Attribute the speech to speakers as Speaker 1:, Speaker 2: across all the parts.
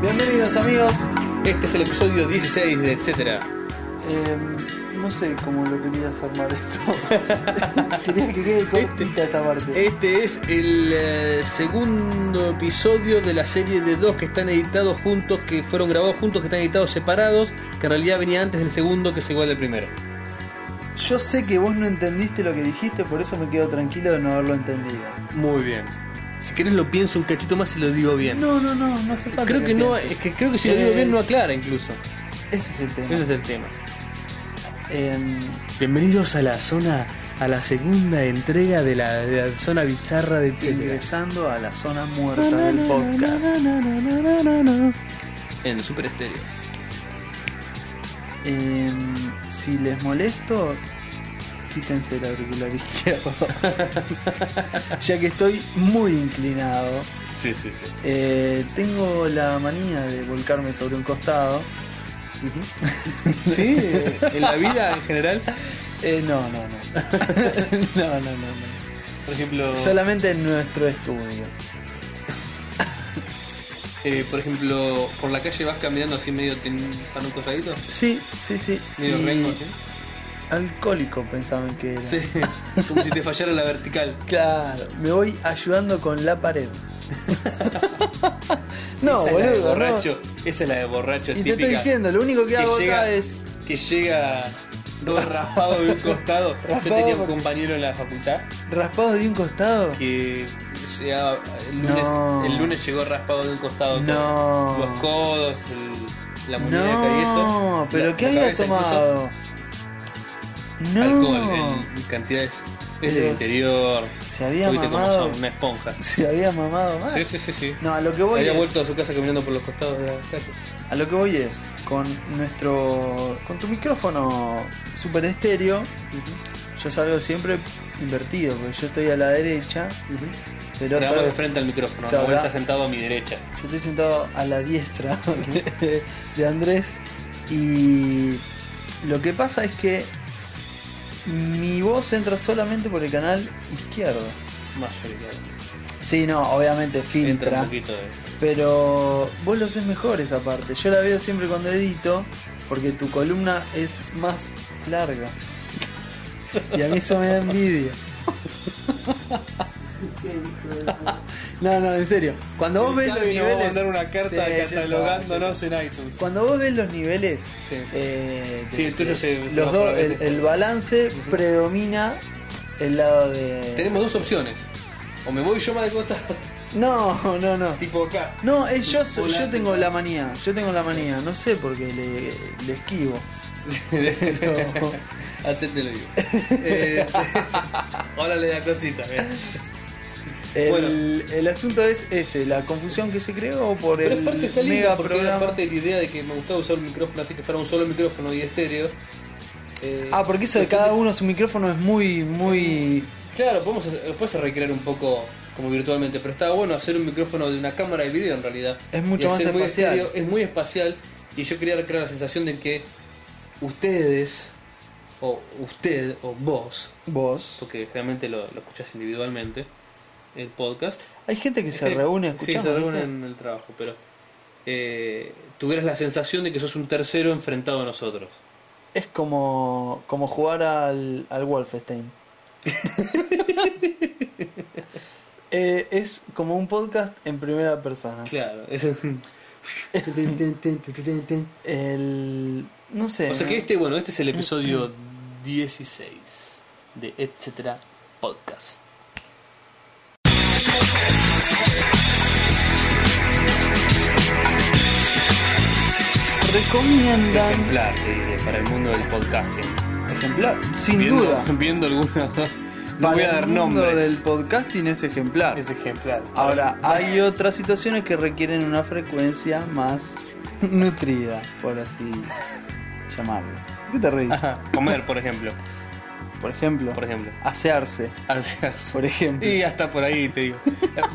Speaker 1: Buenas amigos,
Speaker 2: Este es el episodio 16 de etcétera.
Speaker 1: Em, no sé cómo lo querías armar esto. Quería que quede cortita esta parte.
Speaker 2: Este es el eh, segundo episodio de la serie de dos que están editados juntos, que fueron grabados juntos, que están editados separados, que en realidad venía antes del segundo que es igual al primero. eh.
Speaker 1: Yo sé que vos no entendiste lo que dijiste, por eso me quedo tranquilo de no haberlo entendido.
Speaker 2: Muy bien. Si querés lo pienso un cachito más y lo digo bien.
Speaker 1: No, no, no, no hace falta.
Speaker 2: Em. creo que no, es
Speaker 1: pienses.
Speaker 2: que creo que si lo digo
Speaker 1: Eh,
Speaker 2: bien no aclara incluso.
Speaker 1: Ese es el tema.
Speaker 2: Ese es el tema.
Speaker 1: Em,
Speaker 2: Bienvenidos a la zona, a la segunda entrega de la, de la zona bizarra de etcétera.
Speaker 1: ingresando a la zona muerta del podcast.
Speaker 2: En el super estéreo.
Speaker 1: Em, si les molesto, quítense el auricular izquierdo. ya que estoy muy inclinado.
Speaker 2: Sí, sí, sí.
Speaker 1: Eh, tengo la manía de volcarme sobre un costado.
Speaker 2: ¿Sí? ¿En la vida en general?
Speaker 1: Eh, no, no, no. no, no, no, no.
Speaker 2: Por ejemplo,
Speaker 1: Solamente en nuestro estudio.
Speaker 2: eh, por ejemplo, por la calle vas caminando así medio ten- para un costadito,
Speaker 1: Sí, sí, sí.
Speaker 2: medio
Speaker 1: Y
Speaker 2: rengo, ¿sí?
Speaker 1: Alcohólico pensaban que era.
Speaker 2: ¿eh? Sí, como si te fallara la vertical.
Speaker 1: Claro, me voy ayudando con la pared. no,
Speaker 2: Esa es la de
Speaker 1: boludo. no.
Speaker 2: borracho, Esa es la de borracho
Speaker 1: Y te
Speaker 2: típica.
Speaker 1: estoy diciendo, lo único que,
Speaker 2: que
Speaker 1: hago
Speaker 2: llega-
Speaker 1: acá es.
Speaker 2: Que llega todo raspado de un costado. Yo
Speaker 1: Raspado
Speaker 2: tenía un
Speaker 1: porque-
Speaker 2: compañero en la facultad
Speaker 1: Raspado de un costado.
Speaker 2: que llegaba el lunes,
Speaker 1: No.
Speaker 2: el lunes llegó raspado de un costado
Speaker 1: No.
Speaker 2: con los codos, el- la muñeca y eso.
Speaker 1: No, pero
Speaker 2: La-
Speaker 1: ¿qué
Speaker 2: la
Speaker 1: había
Speaker 2: cabeza incluso.
Speaker 1: tomado? No.
Speaker 2: Alcohol eh. en cantidades. Es del
Speaker 1: Pero
Speaker 2: interior.
Speaker 1: se había
Speaker 2: Oíste cómo
Speaker 1: mamado.
Speaker 2: son, una esponja.
Speaker 1: Se había mamado más.
Speaker 2: Sí, sí, sí, sí.
Speaker 1: No, a lo que voy
Speaker 2: Había
Speaker 1: es,
Speaker 2: vuelto a su casa caminando por los costados de la calle.
Speaker 1: a lo que voy es con nuestro con tu micrófono super estéreo, yo salgo siempre invertido, porque yo estoy a la derecha, pero
Speaker 2: Le damos de
Speaker 1: salgo-
Speaker 2: frente al micrófono.
Speaker 1: Claro,
Speaker 2: Ahora está
Speaker 1: ¿verdad?
Speaker 2: sentado a mi derecha.
Speaker 1: yo estoy sentado a la diestra de, de Andrés y lo que pasa es que mi voz entra solamente por el canal izquierdo.
Speaker 2: Mayoritario.
Speaker 1: Sí, no, obviamente
Speaker 2: Entra un
Speaker 1: filtra.
Speaker 2: poquito de eso.
Speaker 1: Pero vos lo haces mejor esa parte. Yo la veo siempre cuando edito porque tu columna es más larga. Y a mí eso me da envidia. No, no, en serio. Cuando vos ves los
Speaker 2: Cavi nos va
Speaker 1: niveles.
Speaker 2: a mandar una
Speaker 1: Sí,
Speaker 2: carta
Speaker 1: ya está,
Speaker 2: catalogándonos
Speaker 1: ya
Speaker 2: en
Speaker 1: está.
Speaker 2: iTunes.
Speaker 1: Cuando vos ves los niveles.
Speaker 2: Sí.
Speaker 1: eh,
Speaker 2: Sí, el tuyo se- se va
Speaker 1: los
Speaker 2: por
Speaker 1: dos,
Speaker 2: la
Speaker 1: el,
Speaker 2: vez.
Speaker 1: el balance predomina el lado de.
Speaker 2: Tenemos dos opciones. O me voy yo más de costado,
Speaker 1: No, no, no.
Speaker 2: tipo acá.
Speaker 1: No, es yo, so-
Speaker 2: Hola.
Speaker 1: yo tengo la manía, yo tengo la manía, no sé por qué le, le esquivo.
Speaker 2: Antes te lo digo. Eh, ahora le da cosita. mira.
Speaker 1: El,
Speaker 2: Bueno.
Speaker 1: el asunto es ese, la confusión que se creó por
Speaker 2: Pero
Speaker 1: el
Speaker 2: aparte está lindo
Speaker 1: mega
Speaker 2: porque
Speaker 1: programa.
Speaker 2: era parte de la idea de que me gustaba usar un micrófono así que fuera un solo micrófono y estéreo. Eh,
Speaker 1: Ah, porque eso de cada uno su micrófono es muy, muy...
Speaker 2: Claro, podemos hacer- lo puedes recrear un poco como virtualmente, pero estaba bueno hacer un micrófono de una cámara de video en realidad.
Speaker 1: Es mucho
Speaker 2: Y
Speaker 1: más
Speaker 2: hacer muy
Speaker 1: espacial.
Speaker 2: estéreo, es muy espacial y yo quería recrear la sensación de que ustedes, o usted, o vos,
Speaker 1: Vos.
Speaker 2: porque generalmente lo, lo escuchas individualmente, el podcast.
Speaker 1: Hay gente que se
Speaker 2: Sí,
Speaker 1: reúne, escuchamos,
Speaker 2: Sí, se reúne
Speaker 1: ¿viste?
Speaker 2: en el trabajo, pero eh, tuvieras la sensación de que sos un tercero enfrentado a nosotros.
Speaker 1: Es como, como jugar al, al Wolfenstein. Eh, es como un podcast en primera persona.
Speaker 2: Claro, eso-
Speaker 1: El... No sé.
Speaker 2: o sea que este, bueno, este es el episodio 16 de etcétera podcast.
Speaker 1: recomiendan
Speaker 2: Ejemplar, te diré, para el mundo del podcasting.
Speaker 1: ejemplar, sin
Speaker 2: Viendo-
Speaker 1: duda.
Speaker 2: Viendo algunas. No
Speaker 1: Para
Speaker 2: voy a
Speaker 1: el
Speaker 2: dar
Speaker 1: mundo
Speaker 2: nombres.
Speaker 1: del podcasting es ejemplar.
Speaker 2: Es ejemplar.
Speaker 1: Ahora, hay otras situaciones que requieren una frecuencia más nutrida, por así llamarlo. ¿Qué te reís?
Speaker 2: Ajá, Comer, por ejemplo.
Speaker 1: Por ejemplo,
Speaker 2: Por ejemplo.
Speaker 1: asearse, por ejemplo.
Speaker 2: Y hasta por ahí, te digo.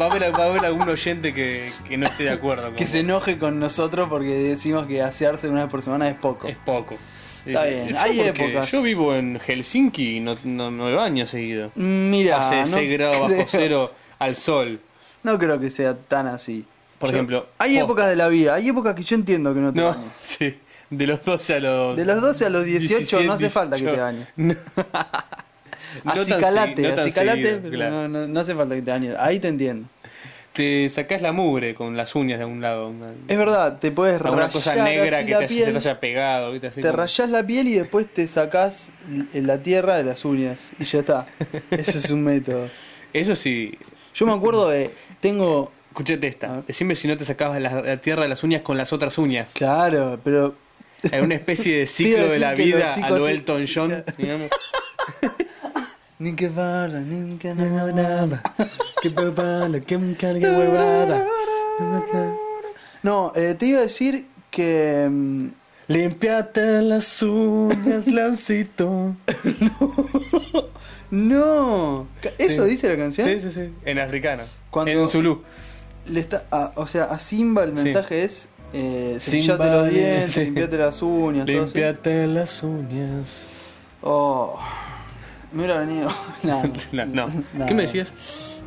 Speaker 2: Va a haber, va a haber algún oyente que, que no esté de acuerdo con
Speaker 1: Que se
Speaker 2: vos.
Speaker 1: enoje con nosotros porque decimos que asearse una vez por semana es poco.
Speaker 2: Es poco.
Speaker 1: Está bien, hay
Speaker 2: porque
Speaker 1: épocas.
Speaker 2: Yo vivo en Helsinki y no, no, no me baño seguido.
Speaker 1: Mira,
Speaker 2: Hace
Speaker 1: Ah, no
Speaker 2: 6 grados bajo
Speaker 1: creo-
Speaker 2: cero al sol.
Speaker 1: No creo que sea tan así.
Speaker 2: Por
Speaker 1: Yo-
Speaker 2: ejemplo.
Speaker 1: Hay
Speaker 2: posta.
Speaker 1: épocas de la vida, hay épocas que yo entiendo que no te
Speaker 2: No,
Speaker 1: bañes.
Speaker 2: sí. De los 12 a los.
Speaker 1: De los 12 a los 18 no hace
Speaker 2: 17,
Speaker 1: falta que te
Speaker 2: 18.
Speaker 1: bañes.
Speaker 2: No. No tan
Speaker 1: Acicalate,
Speaker 2: segui- no tan
Speaker 1: acicalate,
Speaker 2: seguido,
Speaker 1: pero
Speaker 2: claro.
Speaker 1: no, no- no hace falta que te bañes. Ahí te entiendo.
Speaker 2: Te sacás la mugre con las uñas de un lado. Una,
Speaker 1: Es verdad, te puedes
Speaker 2: alguna
Speaker 1: rayar
Speaker 2: cosa
Speaker 1: así
Speaker 2: negra que
Speaker 1: la
Speaker 2: te,
Speaker 1: piel,
Speaker 2: te haya pegado. ¿viste? Así
Speaker 1: te
Speaker 2: como-
Speaker 1: rayás la piel y después te sacás l- la tierra de las uñas y ya está. Ese es un método.
Speaker 2: Eso sí.
Speaker 1: Yo me acuerdo de. Tengo.
Speaker 2: Escuchate
Speaker 1: A
Speaker 2: esta.
Speaker 1: ver.
Speaker 2: Decime si no te sacabas la, la tierra de las uñas con las otras uñas.
Speaker 1: Claro, pero.
Speaker 2: Era una especie de
Speaker 1: iba a
Speaker 2: ciclo de
Speaker 1: decir
Speaker 2: la
Speaker 1: que los
Speaker 2: vida a
Speaker 1: chicos
Speaker 2: lo
Speaker 1: sí-
Speaker 2: Elton John. digamos.
Speaker 1: Ni que barra, ni que na- na- na- que bobada, que me cargue huevada. No, eh, te iba a decir que. mm,
Speaker 2: Limpiate las uñas, Laucito.
Speaker 1: No, ¿eso
Speaker 2: Sí.
Speaker 1: dice la canción?
Speaker 2: Sí, sí, sí. En africano.
Speaker 1: Cuando-
Speaker 2: En Zulu.
Speaker 1: Le está, a- o sea, a Simba el
Speaker 2: Sí.
Speaker 1: mensaje es: eh,
Speaker 2: Simba
Speaker 1: cepillate los
Speaker 2: de-
Speaker 1: dientes,
Speaker 2: sí.
Speaker 1: limpiate las uñas, todo eso.
Speaker 2: Limpiate las uñas.
Speaker 1: Oh, me hubiera venido. Nah,
Speaker 2: No, no.
Speaker 1: nah.
Speaker 2: ¿Qué me decías?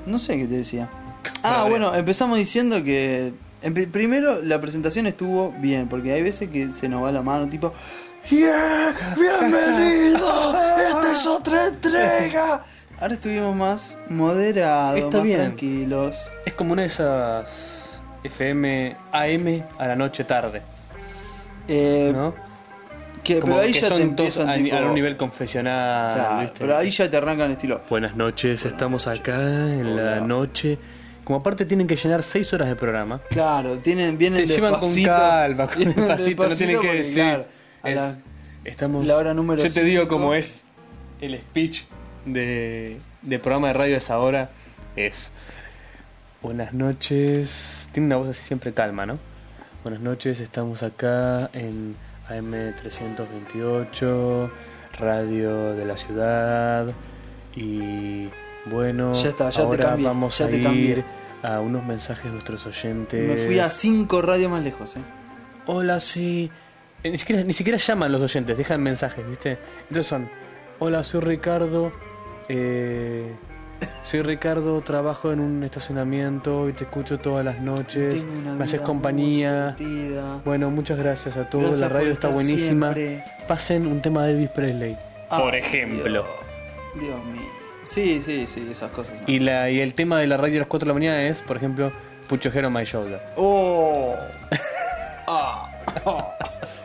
Speaker 1: No sé qué te decía.
Speaker 2: Madre.
Speaker 1: Ah, bueno, empezamos diciendo que. en pri- primero, la presentación estuvo bien, porque hay veces que se nos va la mano, tipo. ¡Yeah! ¡Bienvenido! ¡Esta es otra entrega! Ahora estuvimos más moderados,
Speaker 2: Está
Speaker 1: más
Speaker 2: bien.
Speaker 1: tranquilos.
Speaker 2: Es como una de esas FM AM a la noche tarde,
Speaker 1: Eh,
Speaker 2: ¿no?
Speaker 1: que,
Speaker 2: Como
Speaker 1: pero ahí
Speaker 2: que
Speaker 1: ya te
Speaker 2: son todos
Speaker 1: empiezan
Speaker 2: a,
Speaker 1: tipo,
Speaker 2: a un nivel confesional,
Speaker 1: claro,
Speaker 2: ¿viste?
Speaker 1: pero ahí ya te arrancan estilo.
Speaker 2: Buenas noches, estamos acá en la
Speaker 1: Hola.
Speaker 2: noche. Como aparte tienen que llenar seis horas de programa.
Speaker 1: Claro, tienen, vienen
Speaker 2: Te llevan con
Speaker 1: despacito,
Speaker 2: calma, con
Speaker 1: vienen
Speaker 2: despacito, no tienen que
Speaker 1: porque,
Speaker 2: decir.
Speaker 1: claro, a
Speaker 2: Es-
Speaker 1: la-
Speaker 2: estamos.
Speaker 1: la hora número
Speaker 2: Yo te digo
Speaker 1: cinco.
Speaker 2: como es el speech de, de programa de radio a esa hora es. Buenas noches. Tiene una voz así siempre calma, ¿no? Buenas noches, estamos acá en AM328, radio de la ciudad. Y bueno,
Speaker 1: Ya está, ya te
Speaker 2: ahora
Speaker 1: cambié,
Speaker 2: vamos
Speaker 1: ya
Speaker 2: a
Speaker 1: te
Speaker 2: ir
Speaker 1: cambié.
Speaker 2: a unos mensajes de nuestros oyentes.
Speaker 1: Me fui a cinco radios más lejos, eh.
Speaker 2: Hola, sí. Eh, Ni siquiera, ni siquiera llaman los oyentes, dejan mensajes, ¿viste? Entonces son, hola, soy Ricardo. eh, soy Ricardo, trabajo en un estacionamiento y te escucho todas las noches.
Speaker 1: Tengo una
Speaker 2: Me haces
Speaker 1: vida
Speaker 2: compañía.
Speaker 1: muy divertida.
Speaker 2: Bueno, muchas gracias a todos.
Speaker 1: Gracias
Speaker 2: la
Speaker 1: por
Speaker 2: radio está
Speaker 1: estar
Speaker 2: buenísima.
Speaker 1: siempre. Ah,
Speaker 2: Pasen un tema de Elvis Presley. por
Speaker 1: Ay,
Speaker 2: ejemplo.
Speaker 1: Dios, Dios mío. Sí, sí, sí, esas cosas.
Speaker 2: Y, la, y el tema de la radio a las 4 de la mañana es, por ejemplo, Pucho Hero My Shoulder.
Speaker 1: Oh. Ah. Ah.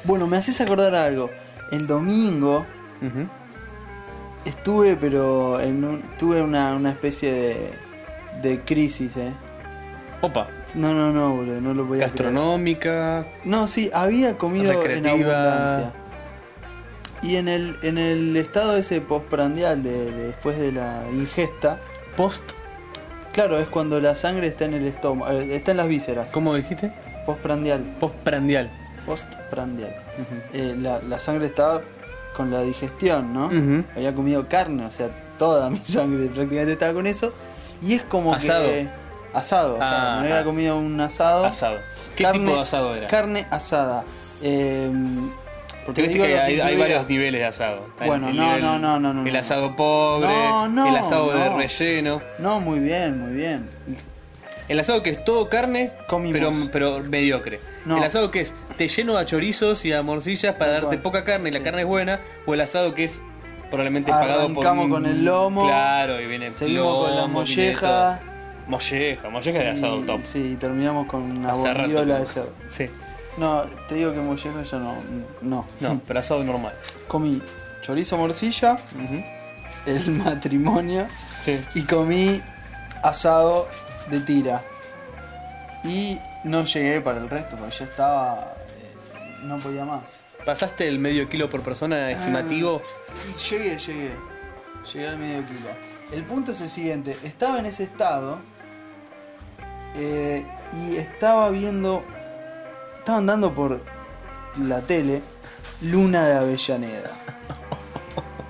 Speaker 1: Bueno, me haces acordar algo. El domingo
Speaker 2: Ujú.
Speaker 1: estuve, pero en un- tuve una, una especie de, de crisis, eh.
Speaker 2: Opa,
Speaker 1: No, no, no, boludo, no lo voy a
Speaker 2: gastronómica.
Speaker 1: No, sí, había comido
Speaker 2: Recreativa.
Speaker 1: en abundancia. Y en el, en el estado ese postprandial de, de después de la ingesta, post, claro, es cuando la sangre está en el estómago, eh, está en las vísceras.
Speaker 2: ¿Cómo dijiste?
Speaker 1: Postprandial,
Speaker 2: Postprandial.
Speaker 1: postprandial.
Speaker 2: Ujú.
Speaker 1: Eh, la, la sangre estaba con la digestión, ¿no?
Speaker 2: Ujú.
Speaker 1: Había comido carne, o sea, toda mi sangre prácticamente estaba con eso. Y es como
Speaker 2: Asado.
Speaker 1: que... Asado, o sea,
Speaker 2: Ah,
Speaker 1: me había
Speaker 2: ah.
Speaker 1: comido un asado.
Speaker 2: Asado. ¿Qué
Speaker 1: Carne-
Speaker 2: tipo de asado era?
Speaker 1: Carne asada. Eh,
Speaker 2: Porque
Speaker 1: te
Speaker 2: viste
Speaker 1: digo
Speaker 2: que
Speaker 1: lo
Speaker 2: hay, hay
Speaker 1: incluía.
Speaker 2: varios niveles de asado. Está
Speaker 1: Bueno,
Speaker 2: el
Speaker 1: no, no, no, no, no,
Speaker 2: El
Speaker 1: no.
Speaker 2: asado pobre,
Speaker 1: No, no,
Speaker 2: el asado de
Speaker 1: no.
Speaker 2: relleno.
Speaker 1: No, muy bien, muy bien.
Speaker 2: El asado que es todo carne, pero,
Speaker 1: Comimos.
Speaker 2: pero mediocre.
Speaker 1: No.
Speaker 2: El asado que es te lleno a chorizos y a morcillas
Speaker 1: Tal
Speaker 2: para darte
Speaker 1: cual.
Speaker 2: poca carne y la
Speaker 1: Sí.
Speaker 2: carne es buena. O el asado que es probablemente pagado por.
Speaker 1: Arrancamos
Speaker 2: un-
Speaker 1: con el lomo.
Speaker 2: Claro, y viene
Speaker 1: Seguimos con la
Speaker 2: lomo, viene de
Speaker 1: molleja.
Speaker 2: todo. Molleja, molleja de asado
Speaker 1: Y-
Speaker 2: top.
Speaker 1: Sí, y terminamos con una
Speaker 2: Hace rato.
Speaker 1: bondiola de cerdo.
Speaker 2: Sí,
Speaker 1: No, te digo que molleja ya no. No.
Speaker 2: no, pero asado normal.
Speaker 1: Comí chorizo morcilla,
Speaker 2: Ujú.
Speaker 1: el matrimonio
Speaker 2: Sí.
Speaker 1: y comí asado de tira. Y no llegué para el resto, porque ya estaba. eh, no podía más.
Speaker 2: ¿Pasaste el medio kilo por
Speaker 1: Ah.
Speaker 2: persona estimativo?
Speaker 1: Llegué, llegué. Llegué al medio kilo. El punto es el siguiente. Estaba en ese estado. eh, y estaba viendo. Estaba andando por la tele. Luna de Avellaneda.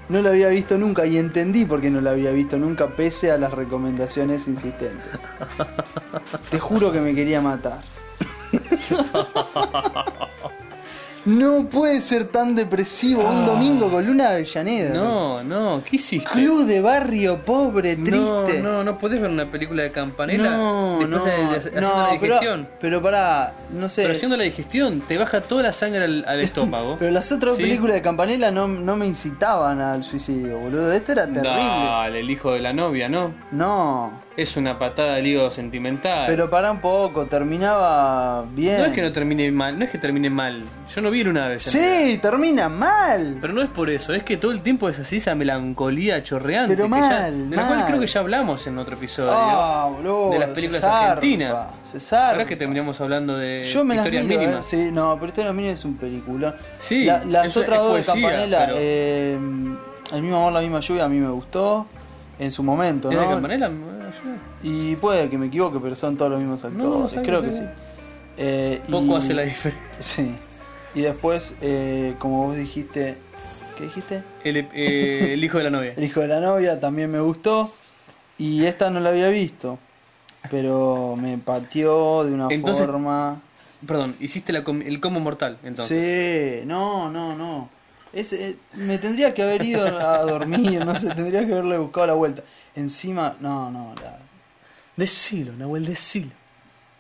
Speaker 1: No la había visto nunca y entendí por qué no la había visto nunca, pese a las recomendaciones insistentes. Te juro que me quería matar. No puede ser tan depresivo un domingo con Luna Avellaneda.
Speaker 2: No, no, ¿qué hiciste?
Speaker 1: Club de barrio pobre,
Speaker 2: no,
Speaker 1: triste.
Speaker 2: no, no podés ver una película de campanela
Speaker 1: no,
Speaker 2: después
Speaker 1: no,
Speaker 2: de, de- haciendo
Speaker 1: no,
Speaker 2: la
Speaker 1: pero,
Speaker 2: digestión. Pero,
Speaker 1: pero pará, no sé.
Speaker 2: haciendo la digestión te baja toda la sangre al, al estómago.
Speaker 1: Pero las otras
Speaker 2: Sí.
Speaker 1: películas de Campanella no, no me incitaban al suicidio, boludo. Esto era terrible.
Speaker 2: Dale, el hijo de la novia, ¿no?
Speaker 1: No.
Speaker 2: Es una patada al hígado sentimental.
Speaker 1: Pero pará un poco, terminaba bien.
Speaker 2: No es que no termine mal, no es que termine mal. Yo no vi una vez.
Speaker 1: Sí, termina mal.
Speaker 2: Pero no es por eso, es que todo el tiempo es así esa melancolía chorreante.
Speaker 1: Pero
Speaker 2: que ya-
Speaker 1: mal,
Speaker 2: de la cual
Speaker 1: mal.
Speaker 2: creo que ya hablamos en otro episodio.
Speaker 1: Ah, boludo,
Speaker 2: de las películas
Speaker 1: se zarpa,
Speaker 2: argentinas.
Speaker 1: se zarpa.
Speaker 2: Ahora que terminamos hablando de
Speaker 1: Yo me las
Speaker 2: historias
Speaker 1: miro, eh.
Speaker 2: mínimas.
Speaker 1: Sí, no, pero Historias Mínimas es un peliculón.
Speaker 2: Sí,
Speaker 1: La- las
Speaker 2: eso es
Speaker 1: otras dos de
Speaker 2: poesía,
Speaker 1: Campanella,
Speaker 2: pero-
Speaker 1: eh, El mismo amor, la misma lluvia, a mí me gustó. En su momento,
Speaker 2: ¿Es de
Speaker 1: ¿no?
Speaker 2: Campanella? Bueno, yo-
Speaker 1: Y puede que me equivoque, pero son todos los mismos actores.
Speaker 2: No, sabía,
Speaker 1: Creo que sí.
Speaker 2: sabía.
Speaker 1: Eh, y-
Speaker 2: Poco hace la diferencia.
Speaker 1: Sí. Y después, eh, como vos dijiste, ¿qué dijiste?
Speaker 2: El, eh, el hijo de la novia.
Speaker 1: El hijo de la novia también me gustó. Y esta no la había visto. Pero me pateó de una
Speaker 2: Entonces-
Speaker 1: forma.
Speaker 2: Perdón, hiciste la com- el combo mortal, entonces.
Speaker 1: Sí, no, no, no. Es, eh, me tendría que haber ido a dormir, no sé, tendría que haberle buscado la vuelta. Encima, no, no, la-
Speaker 2: Decilo, Nahuel, decilo.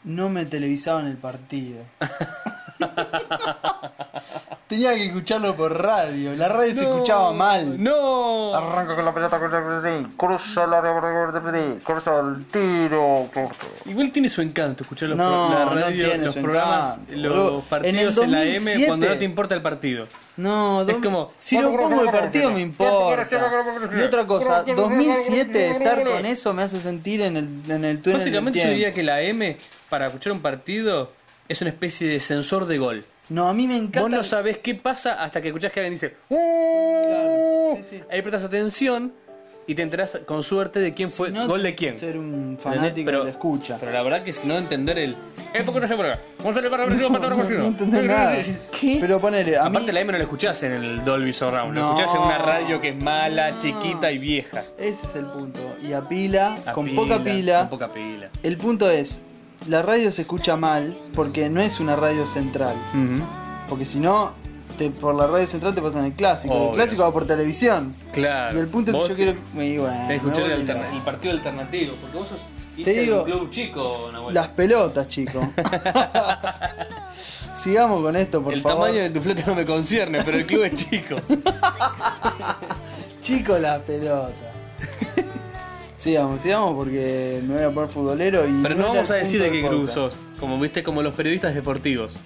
Speaker 1: no me televisaban el partido. Tenía que escucharlo por radio, la radio se
Speaker 2: No,
Speaker 1: escuchaba mal.
Speaker 2: ¡No!
Speaker 1: Arranca con la pelota, cruza el área, cruza el tiro.
Speaker 2: Igual tiene su encanto escuchar los
Speaker 1: No,
Speaker 2: pro- la
Speaker 1: no
Speaker 2: radio,
Speaker 1: tiene
Speaker 2: los
Speaker 1: su
Speaker 2: programas,
Speaker 1: encanto, boludo.
Speaker 2: los
Speaker 1: En
Speaker 2: partidos
Speaker 1: el
Speaker 2: en, la M
Speaker 1: 2007.
Speaker 2: cuando no te importa el partido.
Speaker 1: No,
Speaker 2: Es
Speaker 1: dos-
Speaker 2: como-
Speaker 1: si no pongo el partido me importa. Y otra cosa, 2007 estar con eso me hace sentir en el en el túnel del
Speaker 2: Básicamente yo
Speaker 1: tiempo.
Speaker 2: diría que la M para escuchar un partido es una especie de sensor de gol.
Speaker 1: No, a mí me
Speaker 2: Vos
Speaker 1: encanta.
Speaker 2: no sabés qué pasa hasta que escuchás que alguien dice "Uh".
Speaker 1: sí, sí.
Speaker 2: Ahí prestas atención y te enterás con suerte de quién fue
Speaker 1: Si no,
Speaker 2: gol de
Speaker 1: tenés que
Speaker 2: quién.
Speaker 1: Ser un fanático
Speaker 2: Pero-
Speaker 1: que la escucha.
Speaker 2: Pero la verdad que es que no entender el. Eh, ¿por qué no se por acá? Gonzalo para abrir para
Speaker 1: No, no entendés nada.
Speaker 2: ¿Qué?
Speaker 1: Pero ponele, a mí
Speaker 2: Aparte, la M no la escuchás en el Dolby Surround. La
Speaker 1: No.
Speaker 2: escuchás en una radio que es mala, chiquita y vieja.
Speaker 1: ese es el punto. Y a pila,
Speaker 2: A
Speaker 1: con poca pila.
Speaker 2: Con poca pila.
Speaker 1: El punto es, la radio se escucha mal porque no es una radio central. Porque si no, te- por la radio central te pasan el clásico.
Speaker 2: Obvio.
Speaker 1: El clásico va por televisión.
Speaker 2: Claro.
Speaker 1: Y el punto es
Speaker 2: Vos
Speaker 1: que yo
Speaker 2: te-
Speaker 1: quiero. y bueno,
Speaker 2: Tenés que escuchar
Speaker 1: me
Speaker 2: el,
Speaker 1: voy a-
Speaker 2: alterna- el partido alternativo. Porque vos sos hincha de
Speaker 1: digo,
Speaker 2: un club chico, Nahuel.
Speaker 1: Las pelotas, chicos. Sigamos con esto, por
Speaker 2: el
Speaker 1: favor.
Speaker 2: tamaño de tu plata no me concierne, pero el club es chico.
Speaker 1: Chico, las pelotas. sigamos, sigamos porque me voy a poner futbolero y.
Speaker 2: Pero no
Speaker 1: era
Speaker 2: vamos
Speaker 1: el
Speaker 2: a decir de
Speaker 1: punto
Speaker 2: qué
Speaker 1: del
Speaker 2: club
Speaker 1: podcast.
Speaker 2: sos. Como viste, como los periodistas deportivos.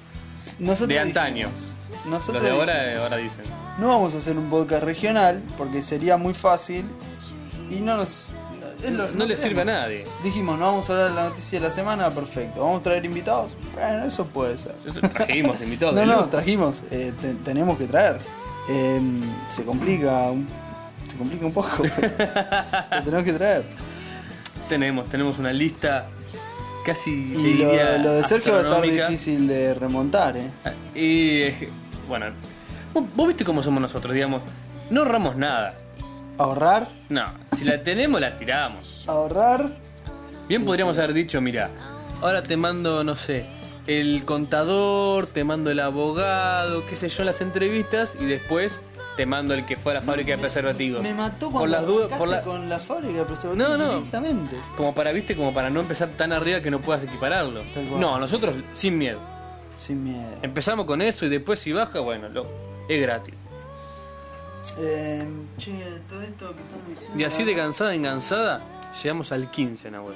Speaker 1: Nosotros
Speaker 2: de antaño.
Speaker 1: dijimos- Nosotros
Speaker 2: Los de
Speaker 1: dijimos-
Speaker 2: ahora, ahora dicen.
Speaker 1: No vamos a hacer un podcast regional porque sería muy fácil y no nos. es lo-
Speaker 2: No le
Speaker 1: tenemos.
Speaker 2: sirve a nadie.
Speaker 1: Dijimos, no vamos a hablar de la noticia de la semana, perfecto. ¿Vamos a traer invitados? Bueno, eso puede ser.
Speaker 2: Trajimos invitados.
Speaker 1: No,
Speaker 2: de
Speaker 1: no,
Speaker 2: lujo.
Speaker 1: trajimos, eh, te- tenemos que traer. Eh, se complica un, se complica un poco, pero lo tenemos que traer.
Speaker 2: Tenemos, tenemos una lista casi. te
Speaker 1: Y lo,
Speaker 2: diría,
Speaker 1: lo de Sergio va a estar
Speaker 2: astronómica.
Speaker 1: difícil de remontar, ¿eh?
Speaker 2: Ah, Y eh, bueno, vos, vos viste cómo somos nosotros, digamos. No ahorramos nada.
Speaker 1: Ahorrar,
Speaker 2: No, si la tenemos, la tiramos.
Speaker 1: ahorrar.
Speaker 2: Bien podríamos haber dicho, mira, ahora te mando, no sé, el contador, te mando el abogado, qué sé yo, las entrevistas y después te mando el que fue a la fábrica de preservativos.
Speaker 1: Me mató
Speaker 2: Por
Speaker 1: cuando
Speaker 2: las dudas,
Speaker 1: arrancaste
Speaker 2: por la-
Speaker 1: con la fábrica de preservativos
Speaker 2: No, no.
Speaker 1: directamente.
Speaker 2: Como para, viste, como para no empezar tan arriba que no puedas equipararlo.
Speaker 1: Tal cual.
Speaker 2: No, nosotros sin miedo.
Speaker 1: Sin miedo.
Speaker 2: Empezamos con eso y después si baja, bueno, lo, es gratis.
Speaker 1: Eh, che, todo esto que estamos diciendo.
Speaker 2: Y así de cansada en cansada, llegamos al 15, Nahuel.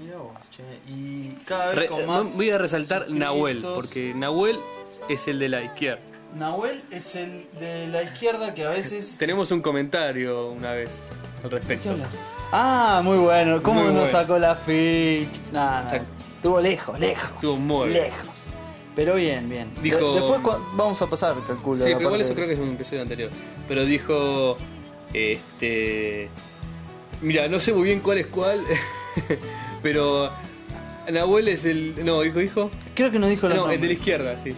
Speaker 1: Mirá vos, che. Y cada vez
Speaker 2: Re- eh,
Speaker 1: con más.
Speaker 2: voy a resaltar
Speaker 1: suscriptos.
Speaker 2: Nahuel, porque Nahuel es el de la izquierda.
Speaker 1: Nahuel es el de la izquierda que a veces.
Speaker 2: Tenemos un comentario una vez al respecto.
Speaker 1: Ah, muy bueno. ¿Cómo
Speaker 2: Muy
Speaker 1: nos
Speaker 2: bueno.
Speaker 1: sacó la ficha? Nah, nah.
Speaker 2: Sac-
Speaker 1: Estuvo lejos, lejos.
Speaker 2: Estuvo muy bien.
Speaker 1: Lejos. Pero bien, bien.
Speaker 2: Dijo-
Speaker 1: De- después cua- vamos a pasar, calculo.
Speaker 2: Sí,
Speaker 1: la
Speaker 2: pero igual
Speaker 1: parte
Speaker 2: eso
Speaker 1: de-
Speaker 2: creo que es un episodio anterior. Pero dijo, este, mira, no sé muy bien cuál es cuál, pero Nahuel es el, no, dijo, dijo,
Speaker 1: Creo que nos dijo la
Speaker 2: no, el de la izquierda, sí.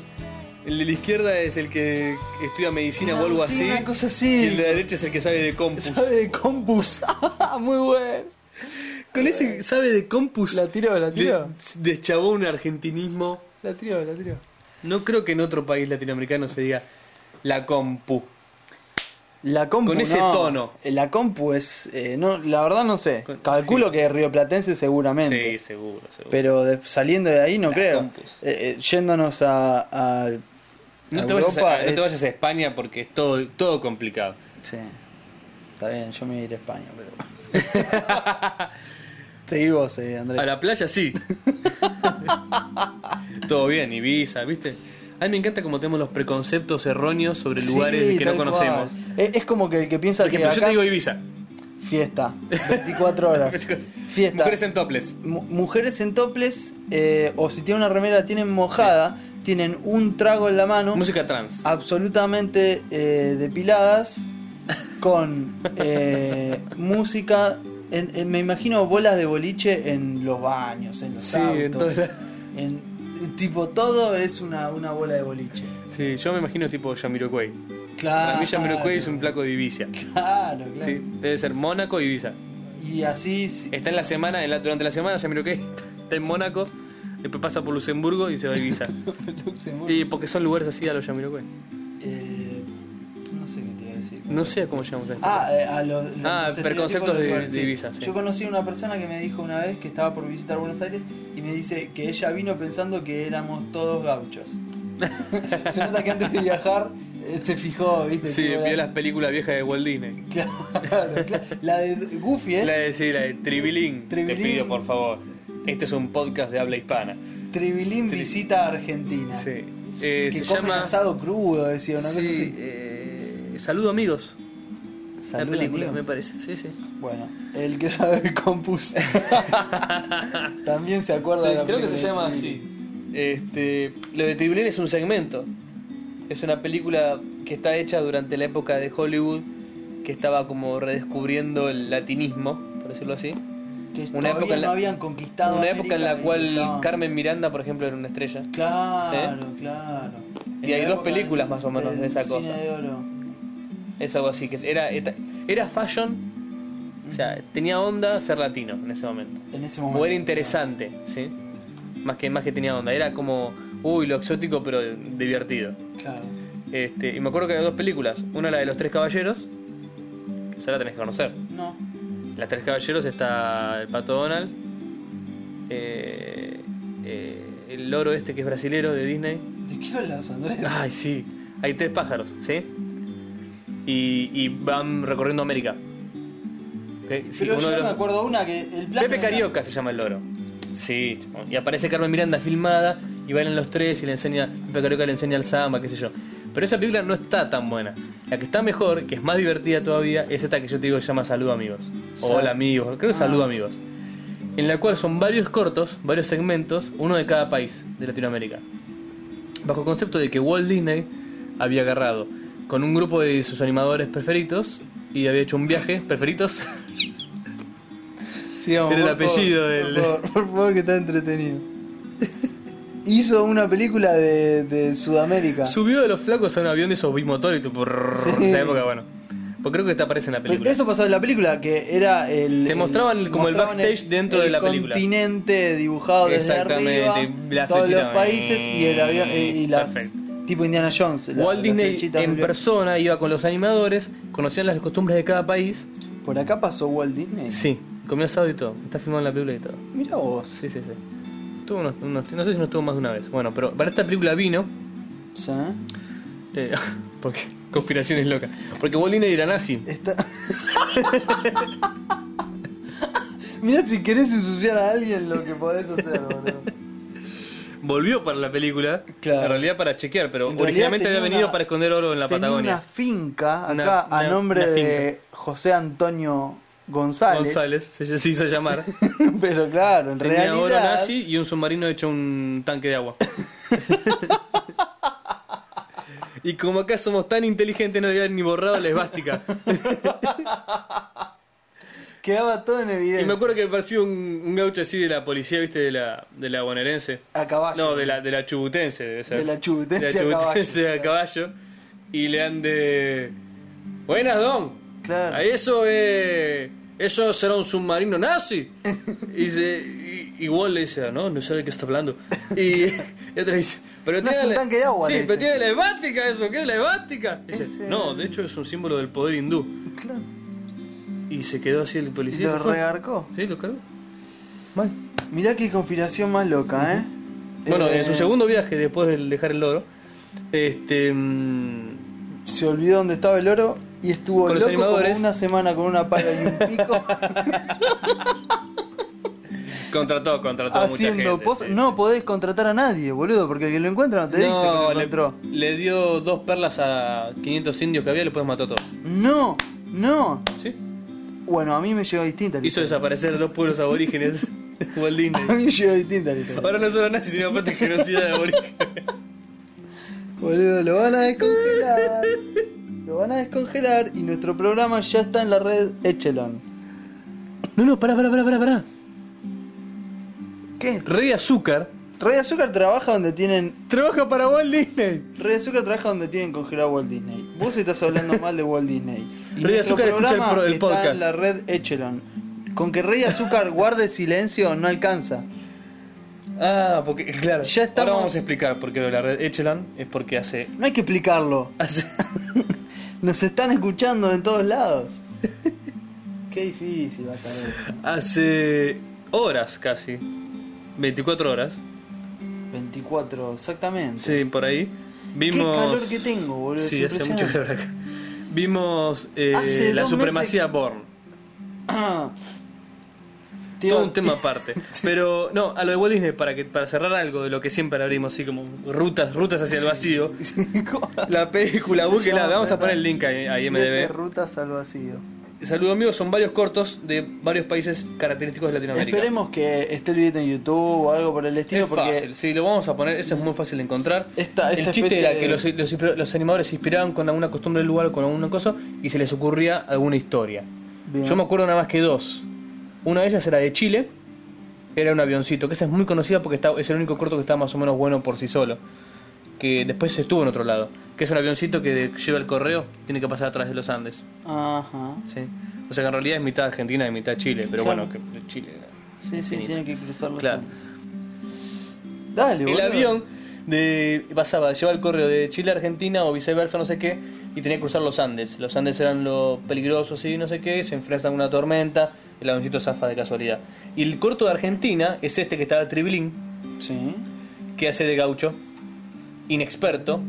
Speaker 2: El de la izquierda es el que estudia medicina
Speaker 1: Una-
Speaker 2: o algo
Speaker 1: sí,
Speaker 2: así.
Speaker 1: una cosa así.
Speaker 2: Y el de la derecha es el que sabe de compus.
Speaker 1: Sabe de compus. Ah, muy bueno.
Speaker 2: Con ese sabe de compus.
Speaker 1: La tiró, la tiró.
Speaker 2: De- Deschavó un argentinismo.
Speaker 1: La tiró, la tiró.
Speaker 2: No creo que en otro país latinoamericano se diga la compu.
Speaker 1: La compu,
Speaker 2: Con ese
Speaker 1: no.
Speaker 2: tono.
Speaker 1: La compu es. eh, no, la verdad no sé.
Speaker 2: Con-
Speaker 1: Calculo
Speaker 2: sí.
Speaker 1: que rioplatense seguramente.
Speaker 2: Sí, seguro, seguro.
Speaker 1: Pero de- saliendo de ahí no
Speaker 2: Las
Speaker 1: creo.
Speaker 2: compus.
Speaker 1: Eh, eh, yéndonos a, a-
Speaker 2: no,
Speaker 1: a
Speaker 2: te vayas a,
Speaker 1: Europa
Speaker 2: no te
Speaker 1: es-
Speaker 2: vayas a España porque es todo, todo complicado.
Speaker 1: Sí. Está bien, yo me voy a ir a España, pero. Seguí vos, eh, Andrés.
Speaker 2: A la playa sí. todo bien, Ibiza, ¿viste? A mí me encanta como tenemos los preconceptos erróneos sobre
Speaker 1: Sí,
Speaker 2: lugares que no
Speaker 1: tal
Speaker 2: conocemos.
Speaker 1: cual. Eh, Es, es como que el que piensa
Speaker 2: Por ejemplo,
Speaker 1: que
Speaker 2: yo te
Speaker 1: acá-
Speaker 2: digo Ibiza.
Speaker 1: fiesta, 24 horas. fiesta.
Speaker 2: Mujeres en toples.
Speaker 1: Mu- mujeres en toples, eh, o si tienen una remera, tienen mojada, tienen un trago en la mano,
Speaker 2: Música
Speaker 1: Ah.
Speaker 2: trans.
Speaker 1: absolutamente eh, depiladas, con eh, música. en- en- me imagino bolas de boliche en los baños, en los
Speaker 2: Sí,
Speaker 1: autos.
Speaker 2: en todas las-
Speaker 1: en- tipo, todo es una, una bola de boliche.
Speaker 2: Sí, yo me imagino tipo Jamiroquai.
Speaker 1: Ah, Claro.
Speaker 2: Para mí Jamiroquai es un flaco de Ibiza.
Speaker 1: Claro, claro.
Speaker 2: Sí, debe ser Mónaco y Ibiza.
Speaker 1: Y así. si-
Speaker 2: Está en la semana, en la- durante la semana Jamiroquai está en Mónaco, después pasa por Luxemburgo y se va a Ibiza.
Speaker 1: Luxemburgo.
Speaker 2: y porque son lugares así a los Jamiroquai.
Speaker 1: Eh, no sé qué te iba a decir.
Speaker 2: No sé a cómo llamamos a esto.
Speaker 1: Ah, eh, a los, los-
Speaker 2: Ah,
Speaker 1: los
Speaker 2: preconceptos
Speaker 1: estereotipos
Speaker 2: de-
Speaker 1: lugares,
Speaker 2: de
Speaker 1: sí.
Speaker 2: Ibiza, sí.
Speaker 1: Yo conocí a una persona que me dijo una vez que estaba por visitar Buenos Aires y me dice que ella vino pensando que éramos todos gauchos. se nota que antes de viajar eh, se fijó, ¿viste?
Speaker 2: sí,
Speaker 1: Tipo,
Speaker 2: vio
Speaker 1: la...
Speaker 2: las películas viejas de Walt Disney.
Speaker 1: Claro, claro. La de Goofy es
Speaker 2: La de, sí, la de Tribilín. Te
Speaker 1: Tribilín.
Speaker 2: pido, por favor. Este es un podcast de habla hispana.
Speaker 1: Tribilín
Speaker 2: Tri-
Speaker 1: visita a Argentina.
Speaker 2: Sí. Eh,
Speaker 1: Que
Speaker 2: se
Speaker 1: comen
Speaker 2: llama...
Speaker 1: asado crudo, decía una cosa
Speaker 2: Sí,
Speaker 1: así.
Speaker 2: eh, Saludo amigos.
Speaker 1: Saludos,
Speaker 2: la película,
Speaker 1: amigos.
Speaker 2: me parece. Sí, sí.
Speaker 1: Bueno, el que sabe de compus también se acuerda de la
Speaker 2: creo que se
Speaker 1: película
Speaker 2: llama
Speaker 1: de
Speaker 2: así. Este, lo de Tribulín es un segmento. Es una película que está hecha durante la época de Hollywood, que estaba como redescubriendo el latinismo, por decirlo así.
Speaker 1: que todavía
Speaker 2: Una época en la-
Speaker 1: no habían conquistado
Speaker 2: una época en la
Speaker 1: América y
Speaker 2: cual
Speaker 1: estaban-
Speaker 2: Carmen Miranda, por ejemplo, era una estrella.
Speaker 1: claro claro
Speaker 2: Y
Speaker 1: En la
Speaker 2: hay dos
Speaker 1: época
Speaker 2: películas más o menos
Speaker 1: del
Speaker 2: de esa
Speaker 1: cine
Speaker 2: cosa.
Speaker 1: de oro.
Speaker 2: Es algo así, que era, eta- era fashion, o sea, tenía onda ser latino en ese momento.
Speaker 1: en ese momento
Speaker 2: O era interesante, ¿sí? Más que, más que tenía onda, era como, uy, lo exótico pero divertido.
Speaker 1: claro
Speaker 2: Este, y me acuerdo que había dos películas. Una la de los tres caballeros. Que esa la tenés que conocer.
Speaker 1: no
Speaker 2: Las tres caballeros está el pato Donald. eh, eh, el loro este que es brasilero de Disney.
Speaker 1: de qué hablas Andrés
Speaker 2: Ay, sí. Hay tres pájaros, ¿sí? Y, y van recorriendo América. Ok, sí,
Speaker 1: pero
Speaker 2: uno
Speaker 1: yo
Speaker 2: de
Speaker 1: me
Speaker 2: los-
Speaker 1: acuerdo una que el plan
Speaker 2: Pepe
Speaker 1: era-
Speaker 2: Carioca se llama el loro. Sí, chabón. y aparece Carmen Miranda filmada y bailan los tres y le enseña, Pepe Carioca le enseña al samba, qué sé yo. Pero esa película no está tan buena. La que está mejor, que es más divertida todavía, es esta que yo te digo que se llama Saludo Amigos. O
Speaker 1: Sal-
Speaker 2: Hola Amigos, creo que es
Speaker 1: Ah.
Speaker 2: Saludo Amigos. En la cual son varios cortos, varios segmentos, uno de cada país de Latinoamérica. Bajo el concepto de que Walt Disney había agarrado con un grupo de sus animadores preferitos y había hecho un viaje, preferitos.
Speaker 1: Sigamos,
Speaker 2: Era el
Speaker 1: por favor,
Speaker 2: apellido
Speaker 1: por
Speaker 2: del-
Speaker 1: favor, por favor que está entretenido hizo una película de, de Sudamérica
Speaker 2: Subió de los flacos a un avión de esos bimotores y tipo. brrr,
Speaker 1: Sí.
Speaker 2: esa época, bueno. Porque creo que te aparece en la
Speaker 1: Pero
Speaker 2: película.
Speaker 1: Eso pasaba en la película, que era el.
Speaker 2: Te mostraban el- como el backstage dentro de la película.
Speaker 1: El continente dibujado desde
Speaker 2: Exactamente,
Speaker 1: arriba,
Speaker 2: y la
Speaker 1: todos los
Speaker 2: flechita,
Speaker 1: países y el avión eh, y las
Speaker 2: perfecto.
Speaker 1: tipo Indiana Jones. la-
Speaker 2: Walt
Speaker 1: las
Speaker 2: Disney
Speaker 1: flechitas
Speaker 2: en
Speaker 1: del-
Speaker 2: persona iba con los animadores, conocían las costumbres de cada país.
Speaker 1: Por acá pasó Walt Disney.
Speaker 2: Sí, comió asado y todo. Está filmado en la película y todo.
Speaker 1: Mira vos.
Speaker 2: Sí, sí, sí. Tuvo unos- unos- no sé si nos tuvo más de una vez. Bueno, pero para esta película vino.
Speaker 1: Sí.
Speaker 2: eh, porque conspiración es loca. Porque Walt Disney era nazi.
Speaker 1: Está. Mira si querés ensuciar a alguien lo que podés hacer, boludo.
Speaker 2: Volvió para la película.
Speaker 1: Claro.
Speaker 2: En realidad para chequear, pero
Speaker 1: En realidad
Speaker 2: originalmente había
Speaker 1: tenía
Speaker 2: venido
Speaker 1: una-
Speaker 2: para esconder oro en la
Speaker 1: Tenía
Speaker 2: Patagonia.
Speaker 1: una finca acá
Speaker 2: Una-
Speaker 1: a
Speaker 2: una-
Speaker 1: nombre
Speaker 2: una
Speaker 1: de José Antonio González.
Speaker 2: González se, se hizo llamar.
Speaker 1: Pero claro, en
Speaker 2: Tenía oro
Speaker 1: realidad.
Speaker 2: nazi y un submarino hecho un tanque de agua. y como acá somos tan inteligentes, no habían ni borrado la esvástica.
Speaker 1: Quedaba todo en evidencia.
Speaker 2: y me acuerdo que me pareció un, un gaucho así de la policía, ¿viste? De la, de la bonaerense.
Speaker 1: A caballo.
Speaker 2: No, de la, de la chubutense, debe ser.
Speaker 1: De la chubutense
Speaker 2: De la
Speaker 1: a
Speaker 2: chubutense
Speaker 1: caballo.
Speaker 2: a caballo. Y le han de. Buenas, don.
Speaker 1: Claro.
Speaker 2: A eso eh, Eso será un submarino nazi. Y, se- y- igual le dice, no, no sabe de qué está hablando. Y, y otra dice, pero
Speaker 1: No
Speaker 2: tiene
Speaker 1: es un
Speaker 2: la-
Speaker 1: tanque de agua,
Speaker 2: Sí,
Speaker 1: le
Speaker 2: pero
Speaker 1: dice.
Speaker 2: tiene la hepática eso, ¿qué es la hepática? Y dice,
Speaker 1: Es, eh,
Speaker 2: no, de hecho es un símbolo del poder hindú.
Speaker 1: Claro.
Speaker 2: Y se quedó así el policía. y
Speaker 1: Lo
Speaker 2: se fue.
Speaker 1: regarcó.
Speaker 2: Sí, lo cargó. Mal.
Speaker 1: Mirá qué conspiración más loca, ¿eh?
Speaker 2: Bueno,
Speaker 1: Eh,
Speaker 2: en su segundo viaje, después de dejar el loro, este. mm,
Speaker 1: Se olvidó dónde estaba el oro y estuvo
Speaker 2: Con los
Speaker 1: loco
Speaker 2: animadores.
Speaker 1: como una semana con una pala y un pico
Speaker 2: contrató, contrató a mucha
Speaker 1: haciendo
Speaker 2: gente.
Speaker 1: pos-
Speaker 2: sí.
Speaker 1: No podés contratar a nadie, boludo, porque el que lo encuentra no te dice que lo
Speaker 2: le-
Speaker 1: encontró.
Speaker 2: Le, dio dos perlas a 500 indios que había y después mató a todos.
Speaker 1: No, no.
Speaker 2: ¿Sí?
Speaker 1: Bueno, a mí me llegó distinta. la
Speaker 2: Hizo
Speaker 1: historia.
Speaker 2: desaparecer dos pueblos aborígenes. Walt
Speaker 1: A
Speaker 2: Disney.
Speaker 1: mí me llegó distinta la historia.
Speaker 2: Ahora no solo nazi, sino aparte genocida de aborígenes.
Speaker 1: Boludo, lo van a descongelar. Lo van a descongelar y nuestro programa ya está en la red Echelon.
Speaker 2: No, no, pará, pará, pará, pará, pará.
Speaker 1: ¿Qué?
Speaker 2: Rey Azúcar
Speaker 1: Red Azúcar trabaja donde tienen.
Speaker 2: trabaja para Walt Disney.
Speaker 1: Red Azúcar trabaja donde tienen congelado a Walt Disney. Vos estás hablando mal de Walt Disney. Y
Speaker 2: Rey
Speaker 1: nuestro
Speaker 2: Azúcar escucha el
Speaker 1: programa
Speaker 2: pro- el
Speaker 1: está
Speaker 2: podcast.
Speaker 1: en la red Echelon. Con que Rey Azúcar guarde silencio no alcanza.
Speaker 2: Ah, porque, claro.
Speaker 1: Ya estamos-
Speaker 2: Ahora vamos a explicar porque la red Echelon es porque hace.
Speaker 1: No hay que explicarlo.
Speaker 2: hace
Speaker 1: Nos están escuchando de todos lados. Qué difícil va a estar esto.
Speaker 2: hace horas casi. 24 horas.
Speaker 1: 24, exactamente.
Speaker 2: Sí, por ahí. Vimos.
Speaker 1: calor que tengo, boludo, es
Speaker 2: Sí, hace mucho
Speaker 1: impresionante.
Speaker 2: calor acá. Vimos eh,
Speaker 1: Hace
Speaker 2: la
Speaker 1: dos
Speaker 2: supremacía Born.
Speaker 1: Te iba-
Speaker 2: Todo un tema aparte. Pero no, a lo de Walt Disney, para, que, para cerrar algo de lo que siempre abrimos, así como rutas, rutas hacia el vacío. La película, búsquela, vamos a poner el link ahí, ahí
Speaker 1: Siete
Speaker 2: MDB.
Speaker 1: rutas al vacío.
Speaker 2: Saludo amigos, son varios cortos de varios países característicos de Latinoamérica.
Speaker 1: Esperemos que esté el video en YouTube o algo por el estilo
Speaker 2: es
Speaker 1: porque
Speaker 2: fácil, sí, lo vamos a poner, eso es muy fácil de encontrar.
Speaker 1: Esta- esta
Speaker 2: el chiste
Speaker 1: especie
Speaker 2: era
Speaker 1: de-
Speaker 2: que los, los- los animadores se inspiraban con alguna costumbre del lugar, con alguna cosa, y se les ocurría alguna historia.
Speaker 1: Bien.
Speaker 2: Yo me acuerdo nada más que dos. Una de ellas era de Chile, era un avioncito, que esa es muy conocida porque está, es el único corto que está más o menos bueno por sí solo. Que después estuvo en otro lado, que es un avioncito que lleva el correo, tiene que pasar atrás de los Andes.
Speaker 1: Ajá.
Speaker 2: ¿sí? O sea que en realidad es mitad Argentina y mitad Chile, pero
Speaker 1: Claro.
Speaker 2: bueno, que Chile.
Speaker 1: Sí, sí,
Speaker 2: Finito.
Speaker 1: tiene que cruzar los
Speaker 2: Claro.
Speaker 1: Andes. Dale,
Speaker 2: El
Speaker 1: boludo.
Speaker 2: avión de, pasaba, llevaba el correo de Chile a Argentina o viceversa, no sé qué, y tenía que cruzar los Andes. Los Andes eran lo peligroso, así, no sé qué, se enfrenta a una tormenta, el avioncito zafa de casualidad. Y el corto de Argentina es este que estaba Tribilín,
Speaker 1: Sí.
Speaker 2: que hace de gaucho, inexperto,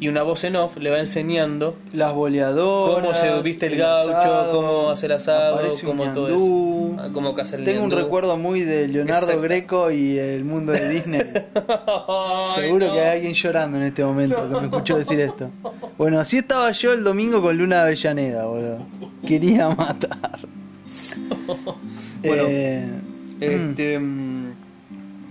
Speaker 2: y una voz en off le va enseñando
Speaker 1: Las boleadoras.
Speaker 2: cómo se viste el, gaucho,
Speaker 1: asado,
Speaker 2: cómo hace el asado,
Speaker 1: aparece un
Speaker 2: cómo todo
Speaker 1: ñandú.
Speaker 2: eso. Ah, Cómo caza el
Speaker 1: Tengo un
Speaker 2: ñandú.
Speaker 1: recuerdo muy de Leonardo
Speaker 2: Exacto.
Speaker 1: Greco y el mundo de Disney.
Speaker 2: Ay,
Speaker 1: Seguro
Speaker 2: no.
Speaker 1: que hay alguien llorando en este momento que me escuchó decir esto. Bueno, así estaba yo el domingo con Luna de Avellaneda, boludo. Quería matar.
Speaker 2: Bueno.
Speaker 1: Eh,
Speaker 2: Este. mm,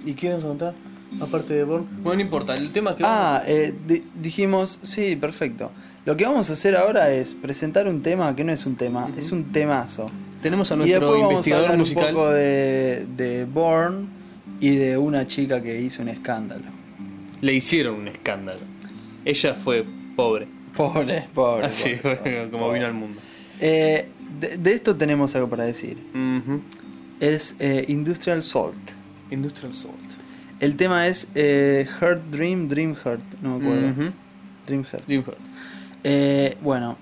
Speaker 2: ¿Y qué vamos a contar? Aparte de Born. Bueno, no importa. El tema es que.
Speaker 1: ah, eh, di- dijimos, sí, perfecto. Lo que vamos a hacer ahora es presentar un tema que no es un tema, es un temazo.
Speaker 2: tenemos a
Speaker 1: Y después
Speaker 2: nuestro
Speaker 1: vamos a
Speaker 2: investigador
Speaker 1: hablar
Speaker 2: musical.
Speaker 1: un poco de, de Born y de una chica que hizo un escándalo.
Speaker 2: Le hicieron un escándalo. Ella fue pobre.
Speaker 1: Pobre, pobre.
Speaker 2: Así
Speaker 1: pobre.
Speaker 2: como vino al mundo.
Speaker 1: Eh, de- de esto tenemos algo para decir.
Speaker 2: Ujú.
Speaker 1: es eh, Industrial Salt.
Speaker 2: Industrial Salt.
Speaker 1: El tema es eh, Heart Dream, Dream Heart, no me acuerdo.
Speaker 2: Ujú.
Speaker 1: Dream Heart.
Speaker 2: Deep Heart.
Speaker 1: Eh, bueno,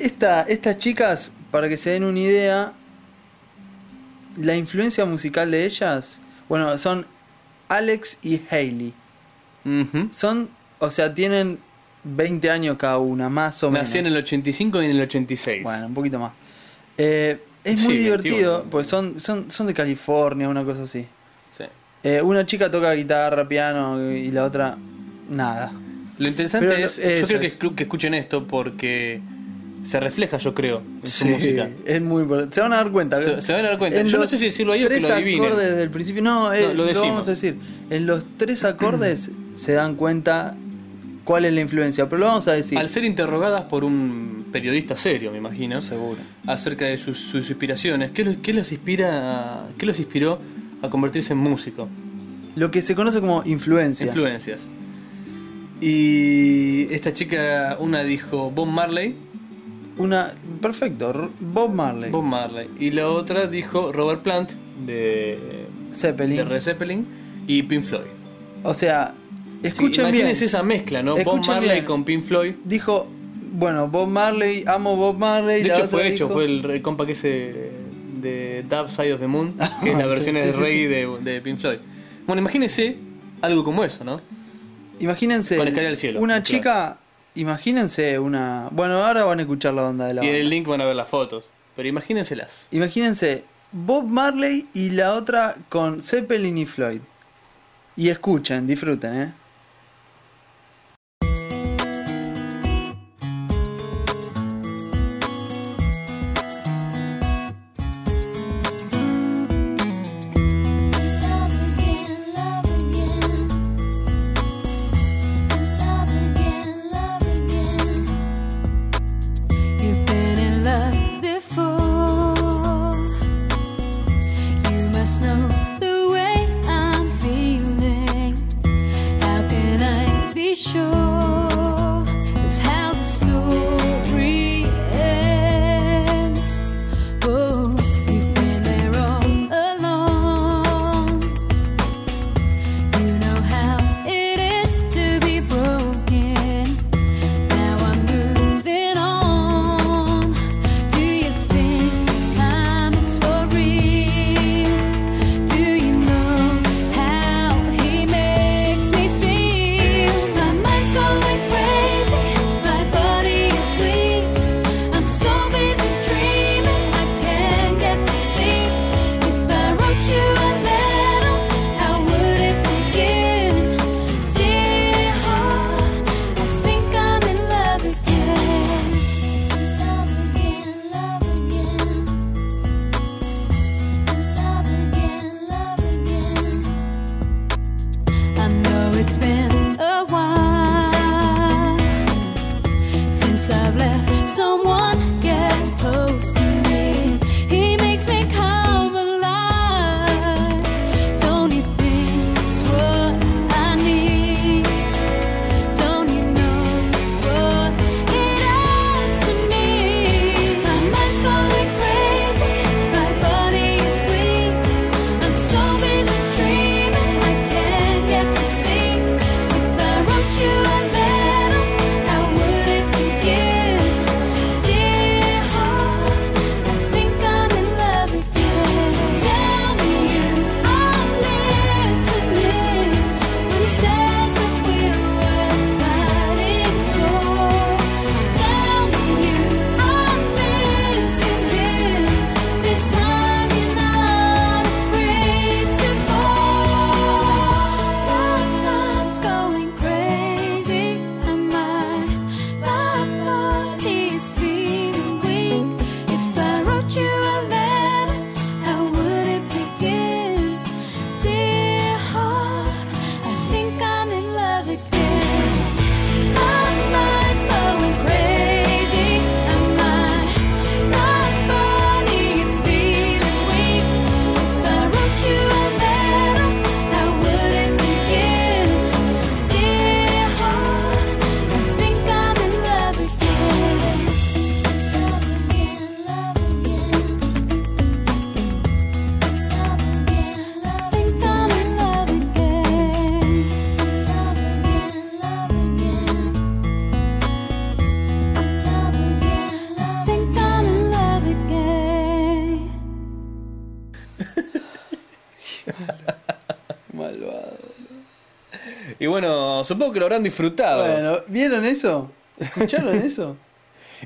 Speaker 1: esta- estas chicas, para que se den una idea, la influencia musical de ellas, bueno, son Alex y Hailey.
Speaker 2: Ujú.
Speaker 1: Son, o sea, tienen 20 años cada una, más o menos.
Speaker 2: Nació en el 85 y en el 86.
Speaker 1: Bueno, un poquito más. Eh, es muy
Speaker 2: Sí, 21.
Speaker 1: divertido, pues son, son, son de California, una cosa así.
Speaker 2: Sí.
Speaker 1: Eh, una chica toca guitarra, piano y la otra nada.
Speaker 2: Lo interesante
Speaker 1: Pero lo-
Speaker 2: es.
Speaker 1: eso
Speaker 2: yo creo que,
Speaker 1: es.
Speaker 2: escu- que escuchen esto porque. Se refleja, yo creo, en su
Speaker 1: Sí,
Speaker 2: música.
Speaker 1: Es muy importante. Se van a dar cuenta.
Speaker 2: Se- se van a dar cuenta. Yo no
Speaker 1: los
Speaker 2: sé si decirlo ahí o que
Speaker 1: tres
Speaker 2: lo adivinen.
Speaker 1: acordes del principio. No, eh,
Speaker 2: No, lo
Speaker 1: lo,
Speaker 2: decimos.
Speaker 1: vamos a decir. En los tres acordes se dan cuenta cuál es la influencia, pero lo vamos a decir.
Speaker 2: Al ser interrogadas por un periodista serio, me imagino,
Speaker 1: Seguro.
Speaker 2: acerca de sus, sus inspiraciones, ¿qué los, qué los inspira, a- qué los inspiró a convertirse en músico?
Speaker 1: Lo que se conoce como influencia.
Speaker 2: Influencias. Y esta chica, una dijo Bob Marley,
Speaker 1: Una. Perfecto. R- Bob Marley.
Speaker 2: Bob Marley, y la otra dijo Robert Plant de
Speaker 1: Zeppelin.
Speaker 2: de Red Zeppelin y Pink Floyd.
Speaker 1: O sea,
Speaker 2: Sí,
Speaker 1: escuchen bien.
Speaker 2: imagínense esa mezcla, ¿no? Bob
Speaker 1: Escuchen
Speaker 2: Marley
Speaker 1: bien.
Speaker 2: con Pink Floyd.
Speaker 1: Dijo, bueno, Bob Marley, amo Bob Marley.
Speaker 2: De
Speaker 1: la
Speaker 2: hecho,
Speaker 1: otra
Speaker 2: fue hecho,
Speaker 1: dijo-
Speaker 2: fue el, el compa que ese de Dub Side of the Moon, que es la
Speaker 1: sí,
Speaker 2: versión
Speaker 1: sí,
Speaker 2: de
Speaker 1: sí,
Speaker 2: reggae de, de Pink Floyd. Bueno, imagínense algo como eso, ¿no?
Speaker 1: Imagínense.
Speaker 2: Con escalera al cielo,
Speaker 1: Una
Speaker 2: claro.
Speaker 1: chica. Imagínense una. Bueno, ahora van a escuchar la onda de la
Speaker 2: Y en el
Speaker 1: banda.
Speaker 2: link van a ver las fotos. Pero imagínenselas.
Speaker 1: Imagínense Bob Marley y la otra con Zeppelin y Floyd. Y escuchen, disfruten, ¿eh?
Speaker 3: Love again, love again, love again, love again. You've been in love before. You must know the way I'm feeling. How can I be sure of how the story ends? Oh, you've been there all along. You know how it is to be broken. Now I'm moving on. Do you think this time it's for real? Do you know how he makes me feel? My mind's going crazy, my body is weak. I'm so busy dreaming, I can't get to sleep. If I wrote you a letter, how would it begin? Dear heart, I think I'm in love again. Love again, love again. Love again, love again. I know it's been a while since I've let someone get close to me. He makes me come alive. Don't you think it's what I need? Don't you know what he does to me? My mind's going crazy, my body is weak. I'm so busy dreaming, I can't get to sleep. If I wrote you a letter, how would it begin? Dear heart, I think I'm in love again. Tell me you are listening when he says that we're worth fighting for. Tell me you are listening this time you're not afraid to fall. My mind's going crazy, and my my body's feeling weak. If I wrote you a letter, how would it begin? Dear heart, I think I'm in love again. My mind's going crazy, and my my body's feeling weak. If I wrote you a letter, how would it begin? Dear heart, I think I'm in love again. Love again, love again. I think I'm in love again. Love again, love again. Love again. I think I'm in love again.
Speaker 1: Malvado.
Speaker 2: Y bueno, supongo que lo habrán disfrutado.
Speaker 1: Bueno, ¿vieron eso? ¿Escucharon eso?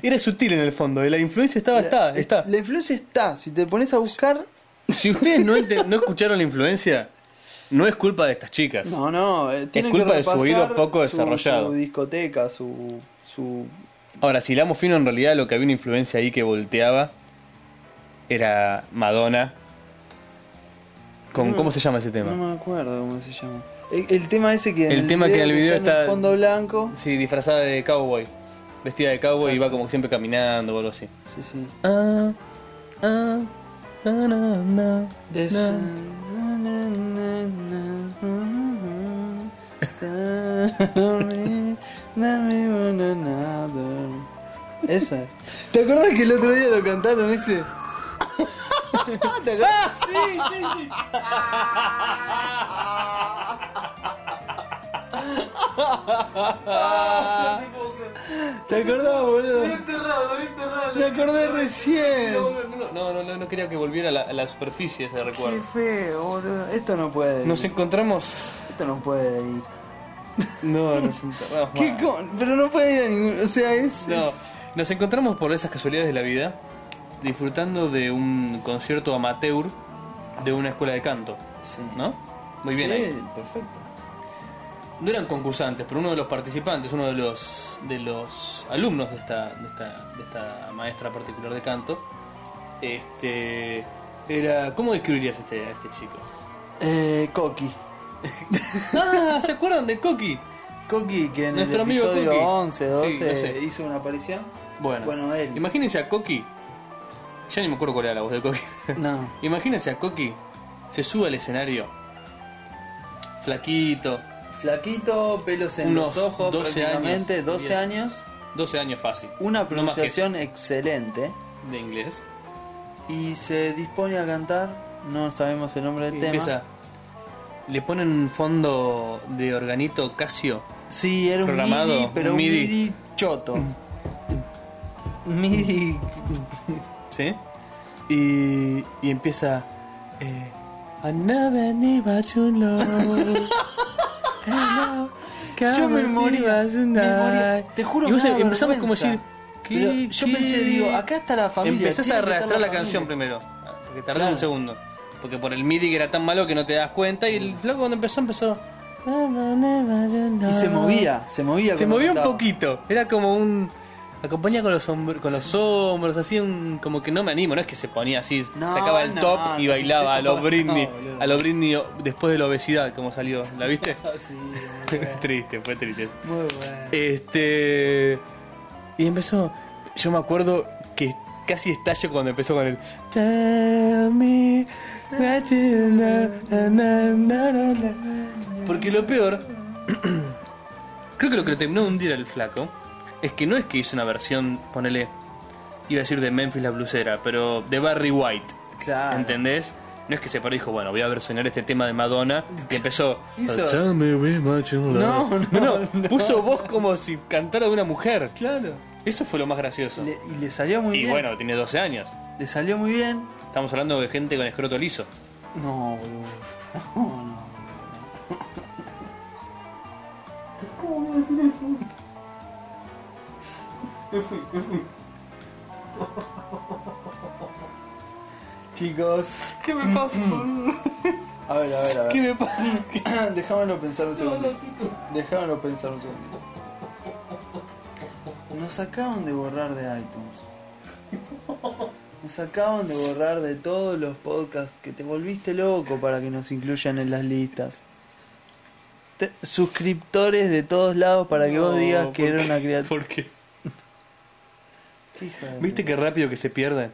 Speaker 2: Era sutil en el fondo, y la influencia estaba, está, está.
Speaker 1: La influencia está. Si te pones a buscar.
Speaker 2: Si ustedes no, ente- no escucharon la influencia, no es culpa de estas chicas.
Speaker 1: No, no. eh, Tienen
Speaker 2: culpa
Speaker 1: que
Speaker 2: de su
Speaker 1: repasar
Speaker 2: oído poco
Speaker 1: su-
Speaker 2: desarrollado.
Speaker 1: Su discoteca, su. su
Speaker 2: Ahora, si lamos fino, en realidad lo que había una influencia ahí que volteaba era Madonna. Con,
Speaker 1: No,
Speaker 2: ¿Cómo se llama ese tema?
Speaker 1: No me acuerdo cómo se llama. El, el tema ese que. en
Speaker 2: El tema que en el video
Speaker 1: En
Speaker 2: está-
Speaker 1: fondo blanco.
Speaker 2: Sí, disfrazada de cowboy. Vestida de cowboy y va
Speaker 1: Exacto.
Speaker 2: como siempre caminando o algo así.
Speaker 1: Sí, sí.
Speaker 2: Ah, ah, na, na, na,
Speaker 1: Es.
Speaker 2: na. Esa es.
Speaker 1: ¿Te acuerdas que el otro día lo cantaron ese? ¿Te acordás?
Speaker 2: ¡Ah, sí, sí, sí!
Speaker 1: ¿Te acordás, boludo? Me acordé recién.
Speaker 2: No, no, no, no, no quería que volviera a la, a la superficie ese
Speaker 1: Qué
Speaker 2: recuerdo.
Speaker 1: feo, boludo. Esto no puede. ir.
Speaker 2: Nos encontramos.
Speaker 1: Esto no puede ir.
Speaker 2: No, nos encontramos.
Speaker 1: ¿Qué con- Pero no puede ir a ningún. O sea, es.
Speaker 2: No,
Speaker 1: es-
Speaker 2: nos encontramos por esas casualidades de la vida, disfrutando de un concierto amateur de una escuela de canto,
Speaker 1: Sí.
Speaker 2: ¿no? Muy bien
Speaker 1: Sí,
Speaker 2: ahí.
Speaker 1: perfecto.
Speaker 2: No eran concursantes, pero uno de los participantes, uno de los de los alumnos de esta, de esta, de esta maestra particular de canto, este era. ¿Cómo describirías a este, a este chico?
Speaker 1: Eh, Coqui.
Speaker 2: ¡Ah! ¿Se acuerdan de Coqui?
Speaker 1: Coqui, que en
Speaker 2: Nuestro
Speaker 1: el
Speaker 2: amigo
Speaker 1: episodio
Speaker 2: Coqui.
Speaker 1: 11,
Speaker 2: Sí,
Speaker 1: 12,
Speaker 2: lo sé.
Speaker 1: hizo una aparición.
Speaker 2: Bueno,
Speaker 1: Bueno, él.
Speaker 2: imagínense a Coqui. Ya ni me acuerdo cuál era la voz de Coqui.
Speaker 1: No.
Speaker 2: Imagínense a Coqui, se sube al escenario, flaquito,
Speaker 1: Flaquito, pelos en
Speaker 2: Unos
Speaker 1: los ojos,
Speaker 2: 12
Speaker 1: prácticamente,
Speaker 2: años.
Speaker 1: 12
Speaker 2: Bien.
Speaker 1: años.
Speaker 2: 12 años fácil.
Speaker 1: Una
Speaker 2: no más que eso,
Speaker 1: pronunciación excelente.
Speaker 2: de inglés.
Speaker 1: Y se dispone a cantar. No sabemos el nombre del
Speaker 2: Y
Speaker 1: tema.
Speaker 2: Empieza. Le ponen un fondo de organito Casio.
Speaker 1: Sí, era un
Speaker 2: Programado,
Speaker 1: MIDI, pero
Speaker 2: un
Speaker 1: un MIDI,
Speaker 2: MIDI.
Speaker 1: choto. MIDI.
Speaker 2: ¿Sí? Y, y empieza. eh, I never knew what you love. Hello,
Speaker 1: Yo me
Speaker 2: come
Speaker 1: moría.
Speaker 2: with us
Speaker 1: Me moría.
Speaker 2: tonight.
Speaker 1: Te juro
Speaker 2: y vos
Speaker 1: que me da
Speaker 2: empezamos como
Speaker 1: vergüenza.
Speaker 2: decir. ¿qué-
Speaker 1: Pero yo
Speaker 2: qué?
Speaker 1: pensé, digo, acá está la familia.
Speaker 2: Empezás a
Speaker 1: tiene que
Speaker 2: arrastrar
Speaker 1: estar
Speaker 2: la,
Speaker 1: la
Speaker 2: canción
Speaker 1: familia.
Speaker 2: primero. Porque tardé
Speaker 1: Claro.
Speaker 2: un segundo. Porque por el MIDI que era tan malo que no te das cuenta. Y el flaco cuando empezó, empezó.
Speaker 1: Y se movía, se movía.
Speaker 2: Ah. Se
Speaker 1: cuando
Speaker 2: movía un
Speaker 1: cantaba.
Speaker 2: poquito. Era como un. Acompañaba con los, hombr- con los hombros, así un, como que no me animo, no es que se ponía así,
Speaker 1: No,
Speaker 2: sacaba el
Speaker 1: no,
Speaker 2: top
Speaker 1: no,
Speaker 2: y bailaba a los
Speaker 1: no,
Speaker 2: Britney,
Speaker 1: boludo.
Speaker 2: a los Britney o- después de la obesidad, como salió, ¿la viste?
Speaker 1: Ah, Sí, muy bueno.
Speaker 2: triste, fue triste. eso.
Speaker 1: Muy bueno.
Speaker 2: Este. Y empezó. Yo me acuerdo que casi estallo cuando empezó con el. Tell me what you know, na, na, na, na, na". Porque lo peor. creo que lo que lo terminó de hundir al flaco. Es que no es que hizo una versión, ponele. Iba a decir de Memphis la blusera, pero de Barry White.
Speaker 1: Claro.
Speaker 2: ¿Entendés? No es que se paró y dijo, bueno, voy a versionar este tema de Madonna. Y empezó.
Speaker 1: Hizo-
Speaker 2: "Tell me with what you love".
Speaker 1: No, no, no.
Speaker 2: Puso voz como si cantara de una mujer.
Speaker 1: Claro.
Speaker 2: Eso fue lo más gracioso.
Speaker 1: Le- y le salió muy
Speaker 2: y
Speaker 1: bien.
Speaker 2: bueno, tiene 12 años.
Speaker 1: Le salió muy bien.
Speaker 2: Estamos hablando de gente con escroto liso.
Speaker 1: No, boludo. No, no. Chicos, Mm,
Speaker 2: ¿Qué me pasa?
Speaker 1: a ver, a ver, a ver.
Speaker 2: me pasa?
Speaker 1: Dejámoslo pensar un segundo. Dejámoslo pensar un segundo. Nos acaban de borrar de iTunes. Nos acaban de borrar de todos los podcasts que te volviste loco para que nos incluyan en las listas. Te- suscriptores de todos lados para que vos digas que era una criatura.
Speaker 2: ¿Por qué?
Speaker 1: Qué hija de
Speaker 2: ¿Viste qué rápido que se pierde?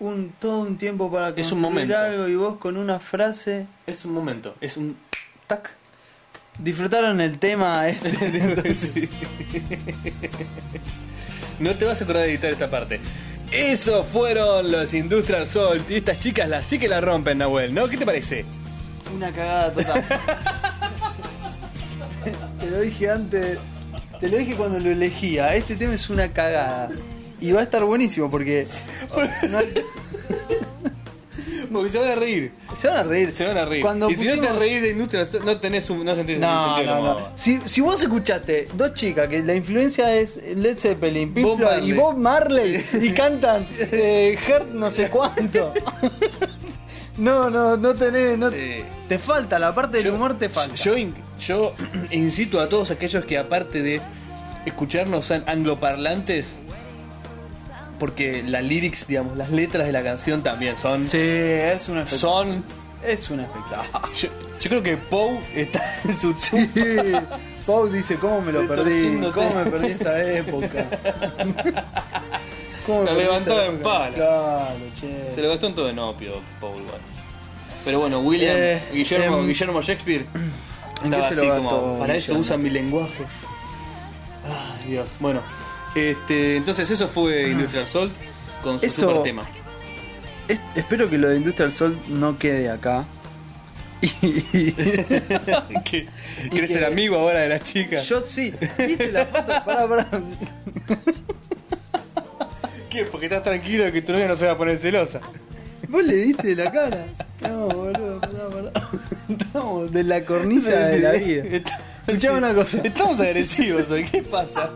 Speaker 1: un todo un tiempo para construir
Speaker 2: Es un momento.
Speaker 1: algo y vos con una frase
Speaker 2: Es un momento. Es un. Tac.
Speaker 1: disfrutaron el tema este
Speaker 2: No te vas a acordar de editar esta parte. Eso fueron los Industrial Salt. Y estas chicas las sí que la rompen, Nahuel, ¿no? ¿Qué te parece?
Speaker 1: Una cagada total. te lo dije antes. Te lo dije cuando lo elegía. Este tema es una cagada. Y va a estar buenísimo porque. no-
Speaker 2: Porque se van a reír.
Speaker 1: se van a reír.
Speaker 2: Se van a reír.
Speaker 1: Cuando
Speaker 2: y si no te
Speaker 1: pusimos-
Speaker 2: reís de Industrial Salt, no, tenés un, no sentís un
Speaker 1: No,
Speaker 2: sentido
Speaker 1: no,
Speaker 2: como-
Speaker 1: no. Si, si vos escuchaste dos chicas que la influencia es Led Zeppelin, Pink
Speaker 2: Bob
Speaker 1: Floyd y
Speaker 2: Marley.
Speaker 1: Bob Marley y cantan eh, Hurt no sé cuánto. No, no, no tenés. no-
Speaker 2: Sí.
Speaker 1: Te falta, la parte del humor te falta.
Speaker 2: Yo, in- yo incito a todos aquellos que aparte de escucharnos an- angloparlantes, porque las lyrics, digamos, las letras de la canción también son...
Speaker 1: Sí, es un espectáculo.
Speaker 2: Son...
Speaker 1: Es un espectáculo.
Speaker 2: Yo, yo creo que Poe está en su...
Speaker 1: Sí. Pau dice, ¿cómo me lo perdí?
Speaker 2: Retorciéndote.
Speaker 1: ¿Cómo me perdí esta época? ¿Cómo me
Speaker 2: La
Speaker 1: perdí
Speaker 2: levantó
Speaker 1: esa
Speaker 2: en
Speaker 1: época?
Speaker 2: pala.
Speaker 1: Claro, che.
Speaker 2: Se lo gastó en todo en opio, Paul igual. Pero bueno, William,
Speaker 1: Eh,
Speaker 2: Guillermo,
Speaker 1: em,
Speaker 2: Guillermo Shakespeare,
Speaker 1: ¿en qué
Speaker 2: estaba
Speaker 1: se lo
Speaker 2: así
Speaker 1: gastó
Speaker 2: como, para esto
Speaker 1: Guillermo?
Speaker 2: usan mi lenguaje. Ay, Dios. Bueno, este, entonces eso fue Industrial Salt con su
Speaker 1: Eso-
Speaker 2: super tema.
Speaker 1: es- espero que lo de Industria del Sol no quede acá. Y,
Speaker 2: ¿Qué?
Speaker 1: que-
Speaker 2: ¿Quieres ser amigo ahora de la chica?
Speaker 1: yo sí, ¿viste la foto? Pará, pará.
Speaker 2: ¿Qué? Porque estás tranquilo de que tu novia no se va a poner celosa.
Speaker 1: ¿Vos le viste la cara? No, boludo, pará, pará. Estamos de la cornisa de la vida. Escuchame una cosa.
Speaker 2: Estamos agresivos hoy, ¿qué pasa?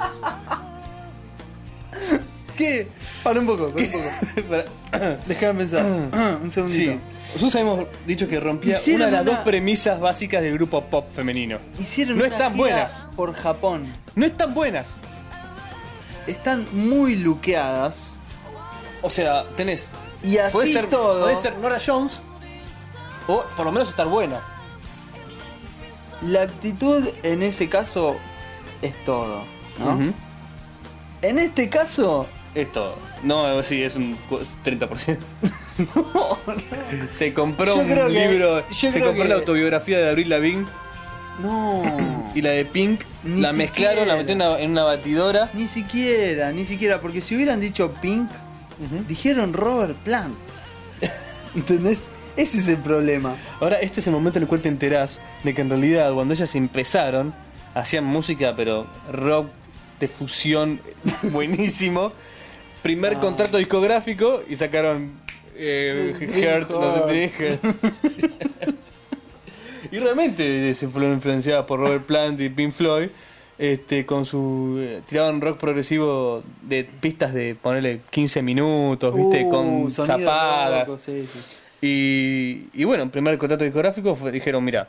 Speaker 1: ¿Qué? Para un poco, para un poco.
Speaker 2: Para-
Speaker 1: Déjame pensar. un segundito.
Speaker 2: Sí. Nosotros hemos dicho que rompía
Speaker 1: Hicieron
Speaker 2: una de las
Speaker 1: una-
Speaker 2: dos premisas básicas del grupo pop femenino.
Speaker 1: Hicieron
Speaker 2: No
Speaker 1: unas
Speaker 2: están
Speaker 1: giras
Speaker 2: buenas.
Speaker 1: por Japón.
Speaker 2: No están buenas.
Speaker 1: Están muy luqueadas.
Speaker 2: O sea, tenés.
Speaker 1: Y así
Speaker 2: Puede ser,
Speaker 1: todo.
Speaker 2: podés ser Nora Jones. O por lo menos estar buena.
Speaker 1: La actitud en ese caso es todo, ¿no?
Speaker 2: Ujú.
Speaker 1: En este caso,
Speaker 2: Es todo. No, sí, es un cu- es 30%.
Speaker 1: no,
Speaker 2: Se compró
Speaker 1: Yo
Speaker 2: un
Speaker 1: creo que-
Speaker 2: libro.
Speaker 1: yo
Speaker 2: se
Speaker 1: creo
Speaker 2: compró
Speaker 1: que-
Speaker 2: la autobiografía de Abril Lavigne
Speaker 1: no.
Speaker 2: y la de Pink.
Speaker 1: Ni
Speaker 2: la mezclaron, la
Speaker 1: siquiera.
Speaker 2: metieron en una- en una batidora.
Speaker 1: Ni siquiera, ni siquiera, porque si hubieran dicho Pink, dijeron Robert Plant. ¿Entendés? Ese es el problema.
Speaker 2: Ahora, este es el momento en el cual te enterás de que en realidad cuando ellas empezaron, hacían música, pero rock de fusión buenísimo. Primer contrato discográfico y sacaron eh,
Speaker 1: Sí,
Speaker 2: Heart, no sé,
Speaker 1: Dream
Speaker 2: Dream Heart. y realmente eh, se fueron influenciadas por Robert Plant y Pink Floyd. Este, con su. eh, tiraban rock progresivo de pistas de ponerle 15 minutos, viste,
Speaker 1: Uh,
Speaker 2: con
Speaker 1: sonido
Speaker 2: zapadas.
Speaker 1: loco, sí, sí.
Speaker 2: Y, y bueno, el primer contrato discográfico fue- dijeron, mira,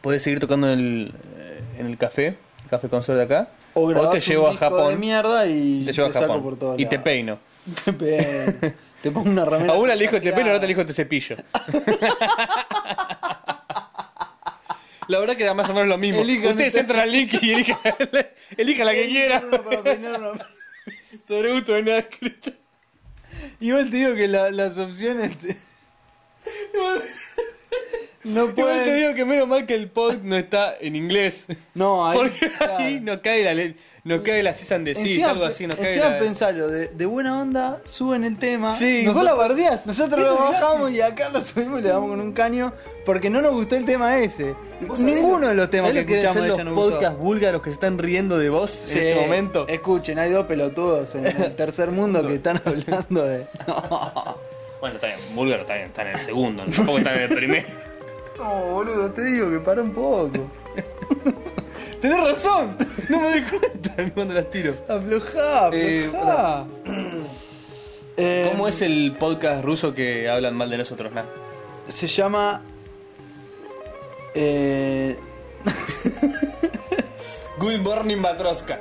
Speaker 2: podés seguir tocando en el, eh, en el café, el café concert de acá,
Speaker 1: O, grabás
Speaker 2: te
Speaker 1: un
Speaker 2: llevo a
Speaker 1: disco de
Speaker 2: Japón,
Speaker 1: mierda y
Speaker 2: te llevo a
Speaker 1: saco
Speaker 2: Japón
Speaker 1: por todos
Speaker 2: y te
Speaker 1: lados.
Speaker 2: peino.
Speaker 1: Te pe- te pongo una remera.
Speaker 2: A una le dijo te peino, a la otra
Speaker 1: te
Speaker 2: le dijo te cepillo. La verdad que era más o menos lo mismo.
Speaker 1: Elijan
Speaker 2: Ustedes
Speaker 1: ustedes.
Speaker 2: entran al link y elijan, elijan la que quieran. Sobre gusto de nada escrito.
Speaker 1: Igual te digo que la- las opciones te-
Speaker 2: Igual
Speaker 1: no
Speaker 2: igual te
Speaker 1: pueden.
Speaker 2: digo que menos mal que el pod no está en inglés.
Speaker 1: No, ahí.
Speaker 2: Porque
Speaker 1: claro.
Speaker 2: ahí no cae la le- no cae la cesan de sí,
Speaker 1: Encima-
Speaker 2: algo así, no cae
Speaker 1: encima
Speaker 2: la.
Speaker 1: pensalo, de, de buena onda, suben el tema.
Speaker 2: Sí,
Speaker 1: nosotros,
Speaker 2: vos la
Speaker 1: bardeás. Nosotros lo bajamos y acá lo subimos y le damos con un caño porque no nos gustó el tema ese. Ninguno de los temas
Speaker 2: ¿Sabés
Speaker 1: que
Speaker 2: lo deben
Speaker 1: escuchamos
Speaker 2: ser
Speaker 1: de
Speaker 2: los
Speaker 1: ella nos gustó.
Speaker 2: podcasts búlgaros que se están riendo de vos
Speaker 1: Sí,
Speaker 2: en este momento?
Speaker 1: Escuchen, hay dos pelotudos en el tercer mundo que están hablando de.
Speaker 2: Bueno, está bien, búlgaro está bien, está en el segundo, tampoco está en el primero.
Speaker 1: No, boludo, te digo que para un poco.
Speaker 2: Tenés razón, no me doy cuenta cuando las tiro.
Speaker 1: Aflojá,
Speaker 2: Eh,
Speaker 1: aflojá. Eh,
Speaker 2: ¿Cómo es el podcast ruso que hablan mal de nosotros, nah?
Speaker 1: Se llama. Eh,
Speaker 2: Good morning matroska.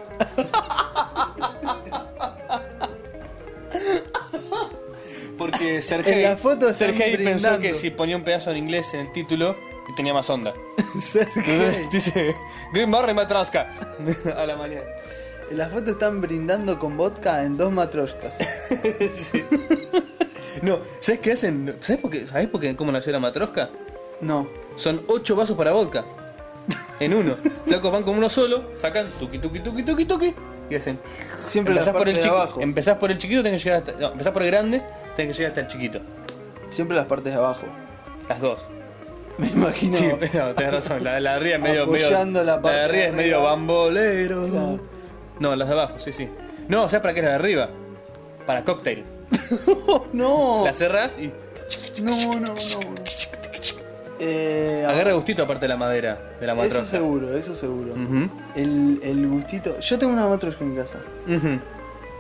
Speaker 2: Porque Sergei,
Speaker 1: En la foto están
Speaker 2: Sergei pensó
Speaker 1: brindando.
Speaker 2: que si ponía un pedazo en inglés en el título tenía más onda.
Speaker 1: Sergei.
Speaker 2: Entonces dice Good morning matroska a la mañana.
Speaker 1: En la foto están brindando con vodka en dos matroscas.
Speaker 2: Sí. No, ¿sabes qué hacen? ¿Sabes por qué? ¿Sabes por qué cómo nació la matroska?
Speaker 1: No.
Speaker 2: Son ocho vasos para vodka. En uno. Locos van con uno solo, sacan tuki tuki tuki tuki tuki y hacen
Speaker 1: Siempre la
Speaker 2: empezás
Speaker 1: parte
Speaker 2: por el Em-
Speaker 1: de
Speaker 2: chiqui-
Speaker 1: abajo.
Speaker 2: Empezás por el chiquito, tenés que llegar hasta. No, empezás por el grande, tenés que llegar hasta el chiquito.
Speaker 1: Siempre las partes de abajo.
Speaker 2: Las dos.
Speaker 1: Me imagino.
Speaker 2: Sí, pero tenés razón. La, la de arriba es medio.
Speaker 1: Apoyando
Speaker 2: medio
Speaker 1: la parte
Speaker 2: de arriba
Speaker 1: de
Speaker 2: es medio
Speaker 1: arriba.
Speaker 2: bambolero.
Speaker 1: Claro.
Speaker 2: No, las de abajo, sí, sí. No, ¿sabes para qué es la de arriba? Para cóctel. Oh,
Speaker 1: no.
Speaker 2: La cerrás y
Speaker 1: No, no, no. Eh,
Speaker 2: agarra gustito aparte de la madera de la
Speaker 1: Eso
Speaker 2: matrosa.
Speaker 1: seguro, eso seguro.
Speaker 2: Ujú.
Speaker 1: el, el gustito. Yo tengo una matrosca en casa.
Speaker 2: Ujú.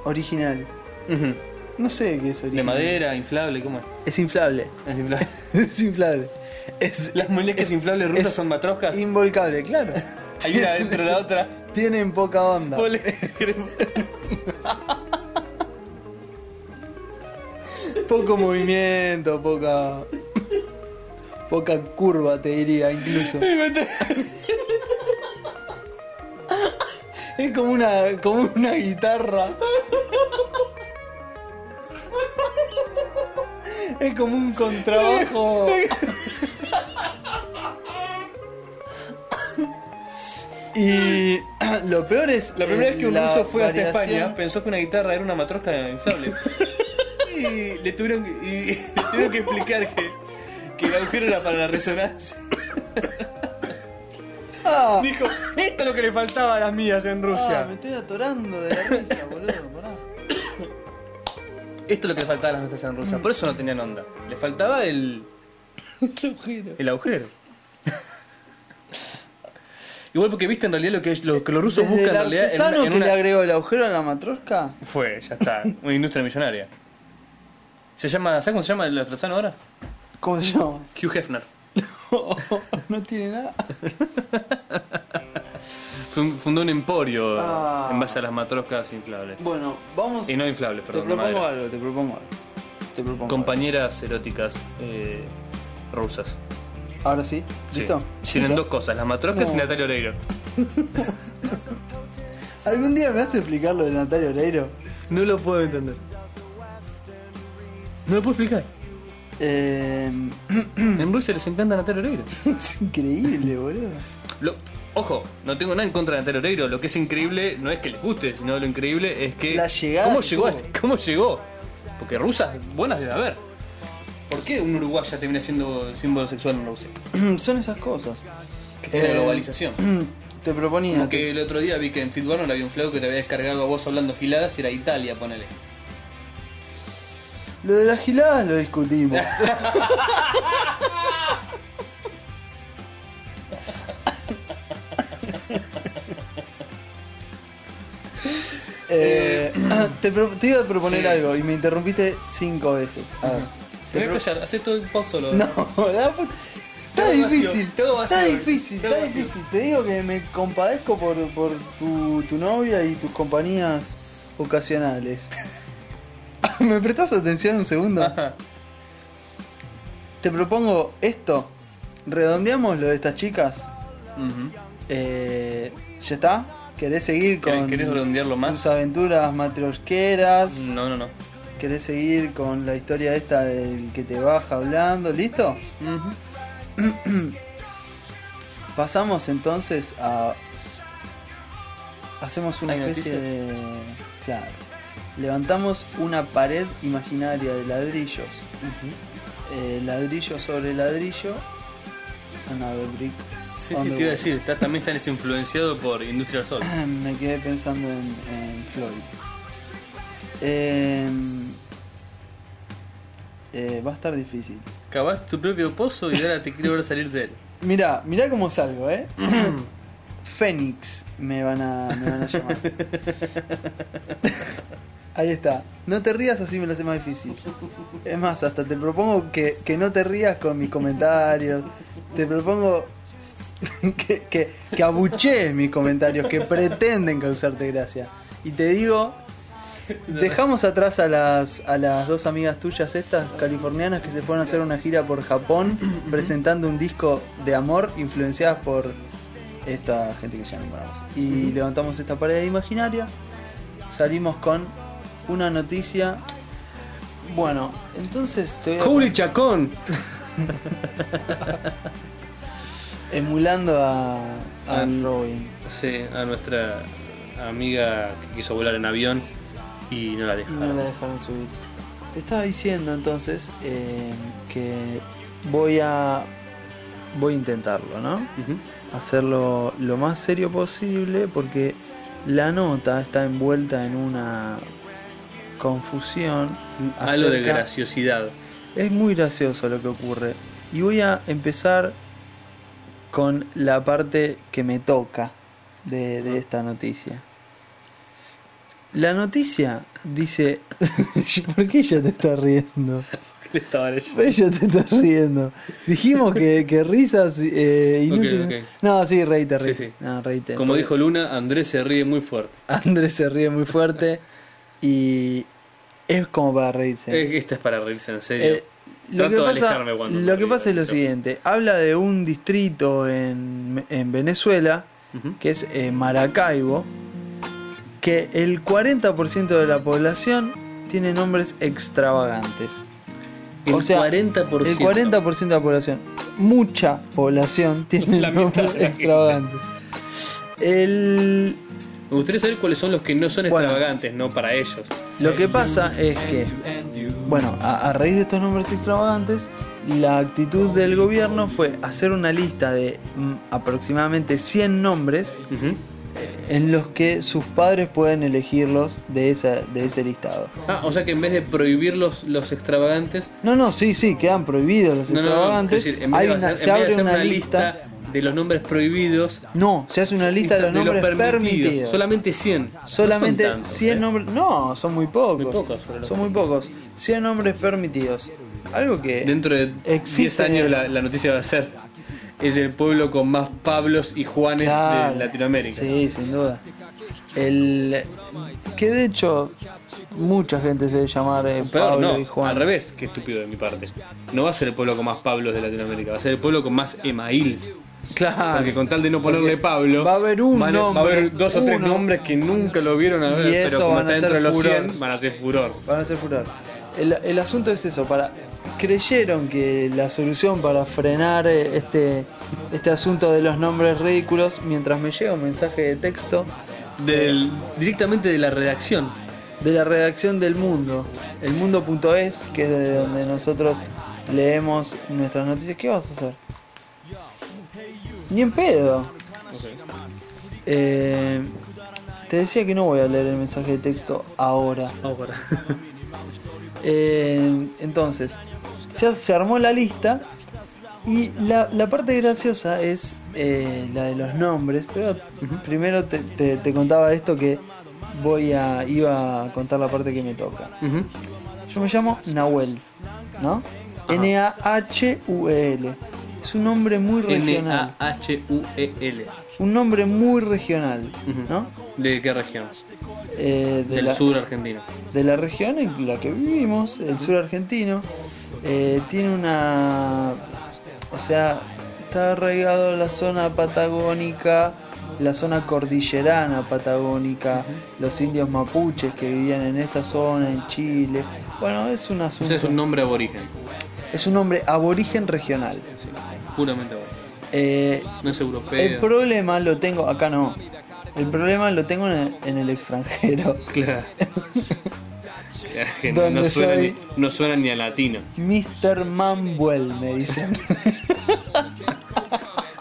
Speaker 1: Original.
Speaker 2: Ujú.
Speaker 1: No sé qué es original.
Speaker 2: De madera, inflable, ¿cómo es?
Speaker 1: Es inflable.
Speaker 2: Es inflable.
Speaker 1: es inflable. Es,
Speaker 2: Las muñecas
Speaker 1: es-
Speaker 2: inflables rusas
Speaker 1: es
Speaker 2: son matroscas.
Speaker 1: Involcable, claro.
Speaker 2: Hay una dentro de la otra.
Speaker 1: Tienen poca onda.
Speaker 2: Vos le-
Speaker 1: Poco movimiento, poca. Poca curva, te diría, incluso. Es como una, como una guitarra. Es como un contrabajo. Y lo peor es.
Speaker 2: La primera vez que un
Speaker 1: la
Speaker 2: ruso fue hasta
Speaker 1: variación-
Speaker 2: España pensó que una guitarra era una matrosca inflable. y le tuvieron que, y le tuvieron que explicar que, que el agujero era para la resonancia.
Speaker 1: Ah,
Speaker 2: Dijo, esto es lo que le faltaba a las mías en Rusia.
Speaker 1: ah, me estoy atorando de la risa, boludo. Pará.
Speaker 2: Esto es lo que le faltaba a las nuestras en Rusia.
Speaker 1: Mm.
Speaker 2: Por eso no tenían onda. Le faltaba el, el agujero. Igual porque viste en realidad lo que, lo que los rusos
Speaker 1: Desde
Speaker 2: buscan
Speaker 1: el
Speaker 2: en realidad en
Speaker 1: artesano
Speaker 2: una- en
Speaker 1: que
Speaker 2: una-
Speaker 1: le agregó el agujero a la matrosca?
Speaker 2: Fue, ya está. Una industria millonaria. Se llama, ¿sabes cómo se llama el artesano ahora?
Speaker 1: ¿Cómo se llama?
Speaker 2: Hugh Hefner.
Speaker 1: no tiene nada.
Speaker 2: Fun- Fundó un emporio
Speaker 1: Ah.
Speaker 2: en base a las matroscas inflables.
Speaker 1: Bueno, vamos.
Speaker 2: Y no inflables,
Speaker 1: te
Speaker 2: perdón. de
Speaker 1: propongo
Speaker 2: madera.
Speaker 1: algo, te propongo algo. Te propongo.
Speaker 2: Compañeras eróticas eh, rusas.
Speaker 1: algo. Ahora sí,
Speaker 2: Sí.
Speaker 1: ¿listo?
Speaker 2: Tienen
Speaker 1: ¿Listo?
Speaker 2: dos cosas, las matroscas y
Speaker 1: No.
Speaker 2: Natalia Oreiro.
Speaker 1: ¿Algún día me hace explicar lo de Natalia Oreiro?
Speaker 2: No lo puedo entender. No lo puedo explicar.
Speaker 1: Eh,
Speaker 2: En Rusia les encanta Natalia Oreiro.
Speaker 1: es increíble, boludo.
Speaker 2: Lo- ojo, no tengo nada en contra de Natalia Oreiro. Lo que es increíble no es que les guste, sino lo increíble es que.
Speaker 1: La llegada
Speaker 2: ¿Cómo
Speaker 1: que
Speaker 2: llegó? a- este?
Speaker 1: tuvo.
Speaker 2: ¿Cómo llegó? Porque rusas buenas debe haber. ¿Por qué un uruguaya termina siendo símbolo sexual en Rusia?
Speaker 1: Son esas cosas.
Speaker 2: Que es la
Speaker 1: Eh,
Speaker 2: globalización.
Speaker 1: Te proponía.
Speaker 2: Como que el otro día vi que en Fitborn había un flaco que te había descargado a vos hablando giladas y era Italia, ponele.
Speaker 1: Lo de las giladas lo discutimos. Eh, Eh, te, pro- te iba a proponer
Speaker 2: Sí.
Speaker 1: algo y me interrumpiste cinco veces. A ver.
Speaker 2: Te
Speaker 1: Te
Speaker 2: voy a
Speaker 1: pro-
Speaker 2: callar, hacés todo vos solo.
Speaker 1: no, la puta. Está
Speaker 2: Todo vacío,
Speaker 1: difícil,
Speaker 2: todo
Speaker 1: está
Speaker 2: vacío,
Speaker 1: difícil,
Speaker 2: todo
Speaker 1: está
Speaker 2: vacío.
Speaker 1: difícil. Te digo que me compadezco por, por tu, tu novia y tus compañías ocasionales. ¿Me prestas atención un segundo?
Speaker 2: Ajá.
Speaker 1: Te propongo esto. Redondeamos lo de estas chicas.
Speaker 2: Ujú.
Speaker 1: Eh, ¿Ya está? ¿Querés seguir
Speaker 2: ¿Querés-
Speaker 1: con
Speaker 2: querés redondearlo más?
Speaker 1: sus aventuras matriosqueras?
Speaker 2: No, no, no.
Speaker 1: ¿Querés seguir con la historia esta del que te baja hablando? ¿Listo?
Speaker 2: Ujú.
Speaker 1: Pasamos entonces a... Hacemos una
Speaker 2: ¿Hay
Speaker 1: especie
Speaker 2: noticias?
Speaker 1: de... Claro. Levantamos una pared imaginaria de ladrillos. Eh, ladrillo sobre ladrillo. Another brick.
Speaker 2: Sí,
Speaker 1: on the
Speaker 2: sí, te iba a
Speaker 1: wall.
Speaker 2: decir, está- también estás influenciado por Industrial Sol.
Speaker 1: Me quedé pensando en, en Floyd. Em, eh, va a estar difícil.
Speaker 2: Cavaste tu propio pozo y ahora te quiero ver salir de él.
Speaker 1: Mirá, mirá cómo salgo, ¿eh? Fénix me van a, me van a llamar. Ahí está. No te rías así me lo hace más difícil. Es más, hasta te propongo que, que no te rías con mis comentarios. Te propongo que, que, que abuchees mis comentarios que pretenden causarte gracia. Y te digo, dejamos atrás a las, a las dos amigas tuyas estas, californianas, que se fueron a hacer una gira por Japón presentando un disco de amor influenciadas por esta gente que ya nombramos. Y levantamos esta pared imaginaria, salimos con una noticia. Bueno, entonces te voy a-
Speaker 2: ¡Holy Chacón!
Speaker 1: emulando a, a
Speaker 2: Ah.
Speaker 1: Robin.
Speaker 2: Sí, a nuestra amiga que quiso volar en avión y no la
Speaker 1: Y no
Speaker 2: dejaron.
Speaker 1: la dejaron subir. Te estaba diciendo entonces eh, que voy a voy a intentarlo, ¿no?
Speaker 2: Ujú.
Speaker 1: Hacerlo lo más serio posible porque la nota está envuelta en una confusión.
Speaker 2: Algo de
Speaker 1: acerca-
Speaker 2: graciosidad.
Speaker 1: Es muy gracioso lo que ocurre y voy a empezar con la parte que me toca de, de esta noticia. La noticia dice. ¿Por qué ella te está riendo?
Speaker 2: ¿Qué le estaba leyendo?
Speaker 1: Ella te está riendo. Dijimos que, que risas eh, inútiles.
Speaker 2: Ok, ok.
Speaker 1: No, sí, reíte,
Speaker 2: Sí,
Speaker 1: reíte.
Speaker 2: sí.
Speaker 1: No, reíte.
Speaker 2: Como dijo Luna, Andrés se ríe muy fuerte.
Speaker 1: Andrés se ríe muy fuerte y es como para reírse.
Speaker 2: Eh, Esta es para reírse en serio.
Speaker 1: Eh, lo
Speaker 2: Trato
Speaker 1: que,
Speaker 2: de
Speaker 1: pasa,
Speaker 2: alejarme cuando me
Speaker 1: lo que
Speaker 2: río,
Speaker 1: pasa es lo
Speaker 2: pero-
Speaker 1: siguiente, habla de un distrito en, en Venezuela,
Speaker 2: Ujú.
Speaker 1: que es eh, Maracaibo, que el 40% de la población tiene nombres extravagantes.
Speaker 2: El
Speaker 1: o sea,
Speaker 2: 40%.
Speaker 1: El 40% de la población, mucha población tiene
Speaker 2: La mitad
Speaker 1: nombres
Speaker 2: de la gente.
Speaker 1: extravagantes. El
Speaker 2: Me gustaría saber cuáles son los que no son
Speaker 1: Bueno.
Speaker 2: extravagantes, no para ellos.
Speaker 1: Lo que pasa es que, bueno, a, a raíz de estos nombres extravagantes, la actitud del gobierno fue hacer una lista de mm, aproximadamente 100 nombres eh,
Speaker 2: Ujú.
Speaker 1: en los que sus padres pueden elegirlos de, esa, de ese listado.
Speaker 2: Ah, o sea que en vez de prohibir los, los extravagantes,
Speaker 1: No, no, sí, sí, quedan prohibidos los
Speaker 2: no, no, no, es
Speaker 1: extravagantes.
Speaker 2: decir, en vez de
Speaker 1: Hay una-
Speaker 2: hacer,
Speaker 1: se
Speaker 2: en vez de
Speaker 1: abre
Speaker 2: hacer
Speaker 1: una,
Speaker 2: una
Speaker 1: lista.
Speaker 2: lista de los nombres prohibidos,
Speaker 1: No, se hace una lista de los nombres permitidos.
Speaker 2: Solamente 100.
Speaker 1: Solamente
Speaker 2: No son tantos,
Speaker 1: 100
Speaker 2: eh.
Speaker 1: nombres. No, son muy pocos.
Speaker 2: Muy pocos, pero no.
Speaker 1: son muy pocos. 100 nombres permitidos. Algo que.
Speaker 2: Dentro de
Speaker 1: Existe-
Speaker 2: 10 años la, la noticia va a ser: es el pueblo con más Pablos y Juanes
Speaker 1: Claro.
Speaker 2: de Latinoamérica.
Speaker 1: Sí, sin duda. El. Que de hecho, mucha gente se debe llamar eh,
Speaker 2: Peor,
Speaker 1: Pablo
Speaker 2: no,
Speaker 1: y Juan.
Speaker 2: al revés, qué estúpido de mi parte. No va a ser el pueblo con más Pablos de Latinoamérica, va a ser el pueblo con más Emails.
Speaker 1: Claro.
Speaker 2: Porque con tal de no ponerle Pablo,
Speaker 1: va a haber un
Speaker 2: van va a
Speaker 1: nombre,
Speaker 2: haber dos o tres
Speaker 1: uno.
Speaker 2: nombres que nunca lo vieron a
Speaker 1: Y eso
Speaker 2: ver, pero como
Speaker 1: van a
Speaker 2: está dentro
Speaker 1: hacer
Speaker 2: de los
Speaker 1: furor.
Speaker 2: 100, van a hacer furor.
Speaker 1: Van a ser furor. El, el asunto es eso, para creyeron que la solución para frenar eh, este, este asunto de los nombres ridículos, mientras me llega un mensaje de texto eh,
Speaker 2: Del, directamente de la redacción.
Speaker 1: de la redacción del mundo, elmundo.es, que es de donde nosotros leemos nuestras noticias, ¿qué vas a hacer? Ni en pedo. Eh, te decía que no voy a leer el mensaje de texto ahora.
Speaker 2: Ahora.
Speaker 1: Eh, entonces, se, se armó la lista y la, la parte graciosa es eh, la de los nombres, pero primero te, te- te contaba esto que voy a, iba a contar la parte que me toca.
Speaker 2: Ujú.
Speaker 1: Yo me llamo Nahuel, ¿no? N-A-H-U-E-L. E Es un nombre muy regional.
Speaker 2: N-A-H-U-E-L.
Speaker 1: Un nombre muy regional,
Speaker 2: Ujú.
Speaker 1: ¿no?
Speaker 2: ¿De qué región?
Speaker 1: Eh, de
Speaker 2: Del
Speaker 1: la-
Speaker 2: sur argentino.
Speaker 1: de la región en la que vivimos, el sur argentino, eh, tiene una... O sea, está arraigado la zona patagónica, la zona cordillerana patagónica, los indios mapuches que vivían en esta zona, en Chile. Bueno, es un
Speaker 2: O
Speaker 1: asunto...
Speaker 2: sea, es un nombre aborigen.
Speaker 1: es un nombre aborigen regional.
Speaker 2: Sí, puramente aborigen.
Speaker 1: Eh,
Speaker 2: No es europeo.
Speaker 1: el problema lo tengo... Acá no. El problema lo tengo en el- en el extranjero.
Speaker 2: Claro. Claro que no,
Speaker 1: Donde
Speaker 2: no suena
Speaker 1: soy-
Speaker 2: ni, no suena ni a latino.
Speaker 1: Mr. Manuel, me dicen.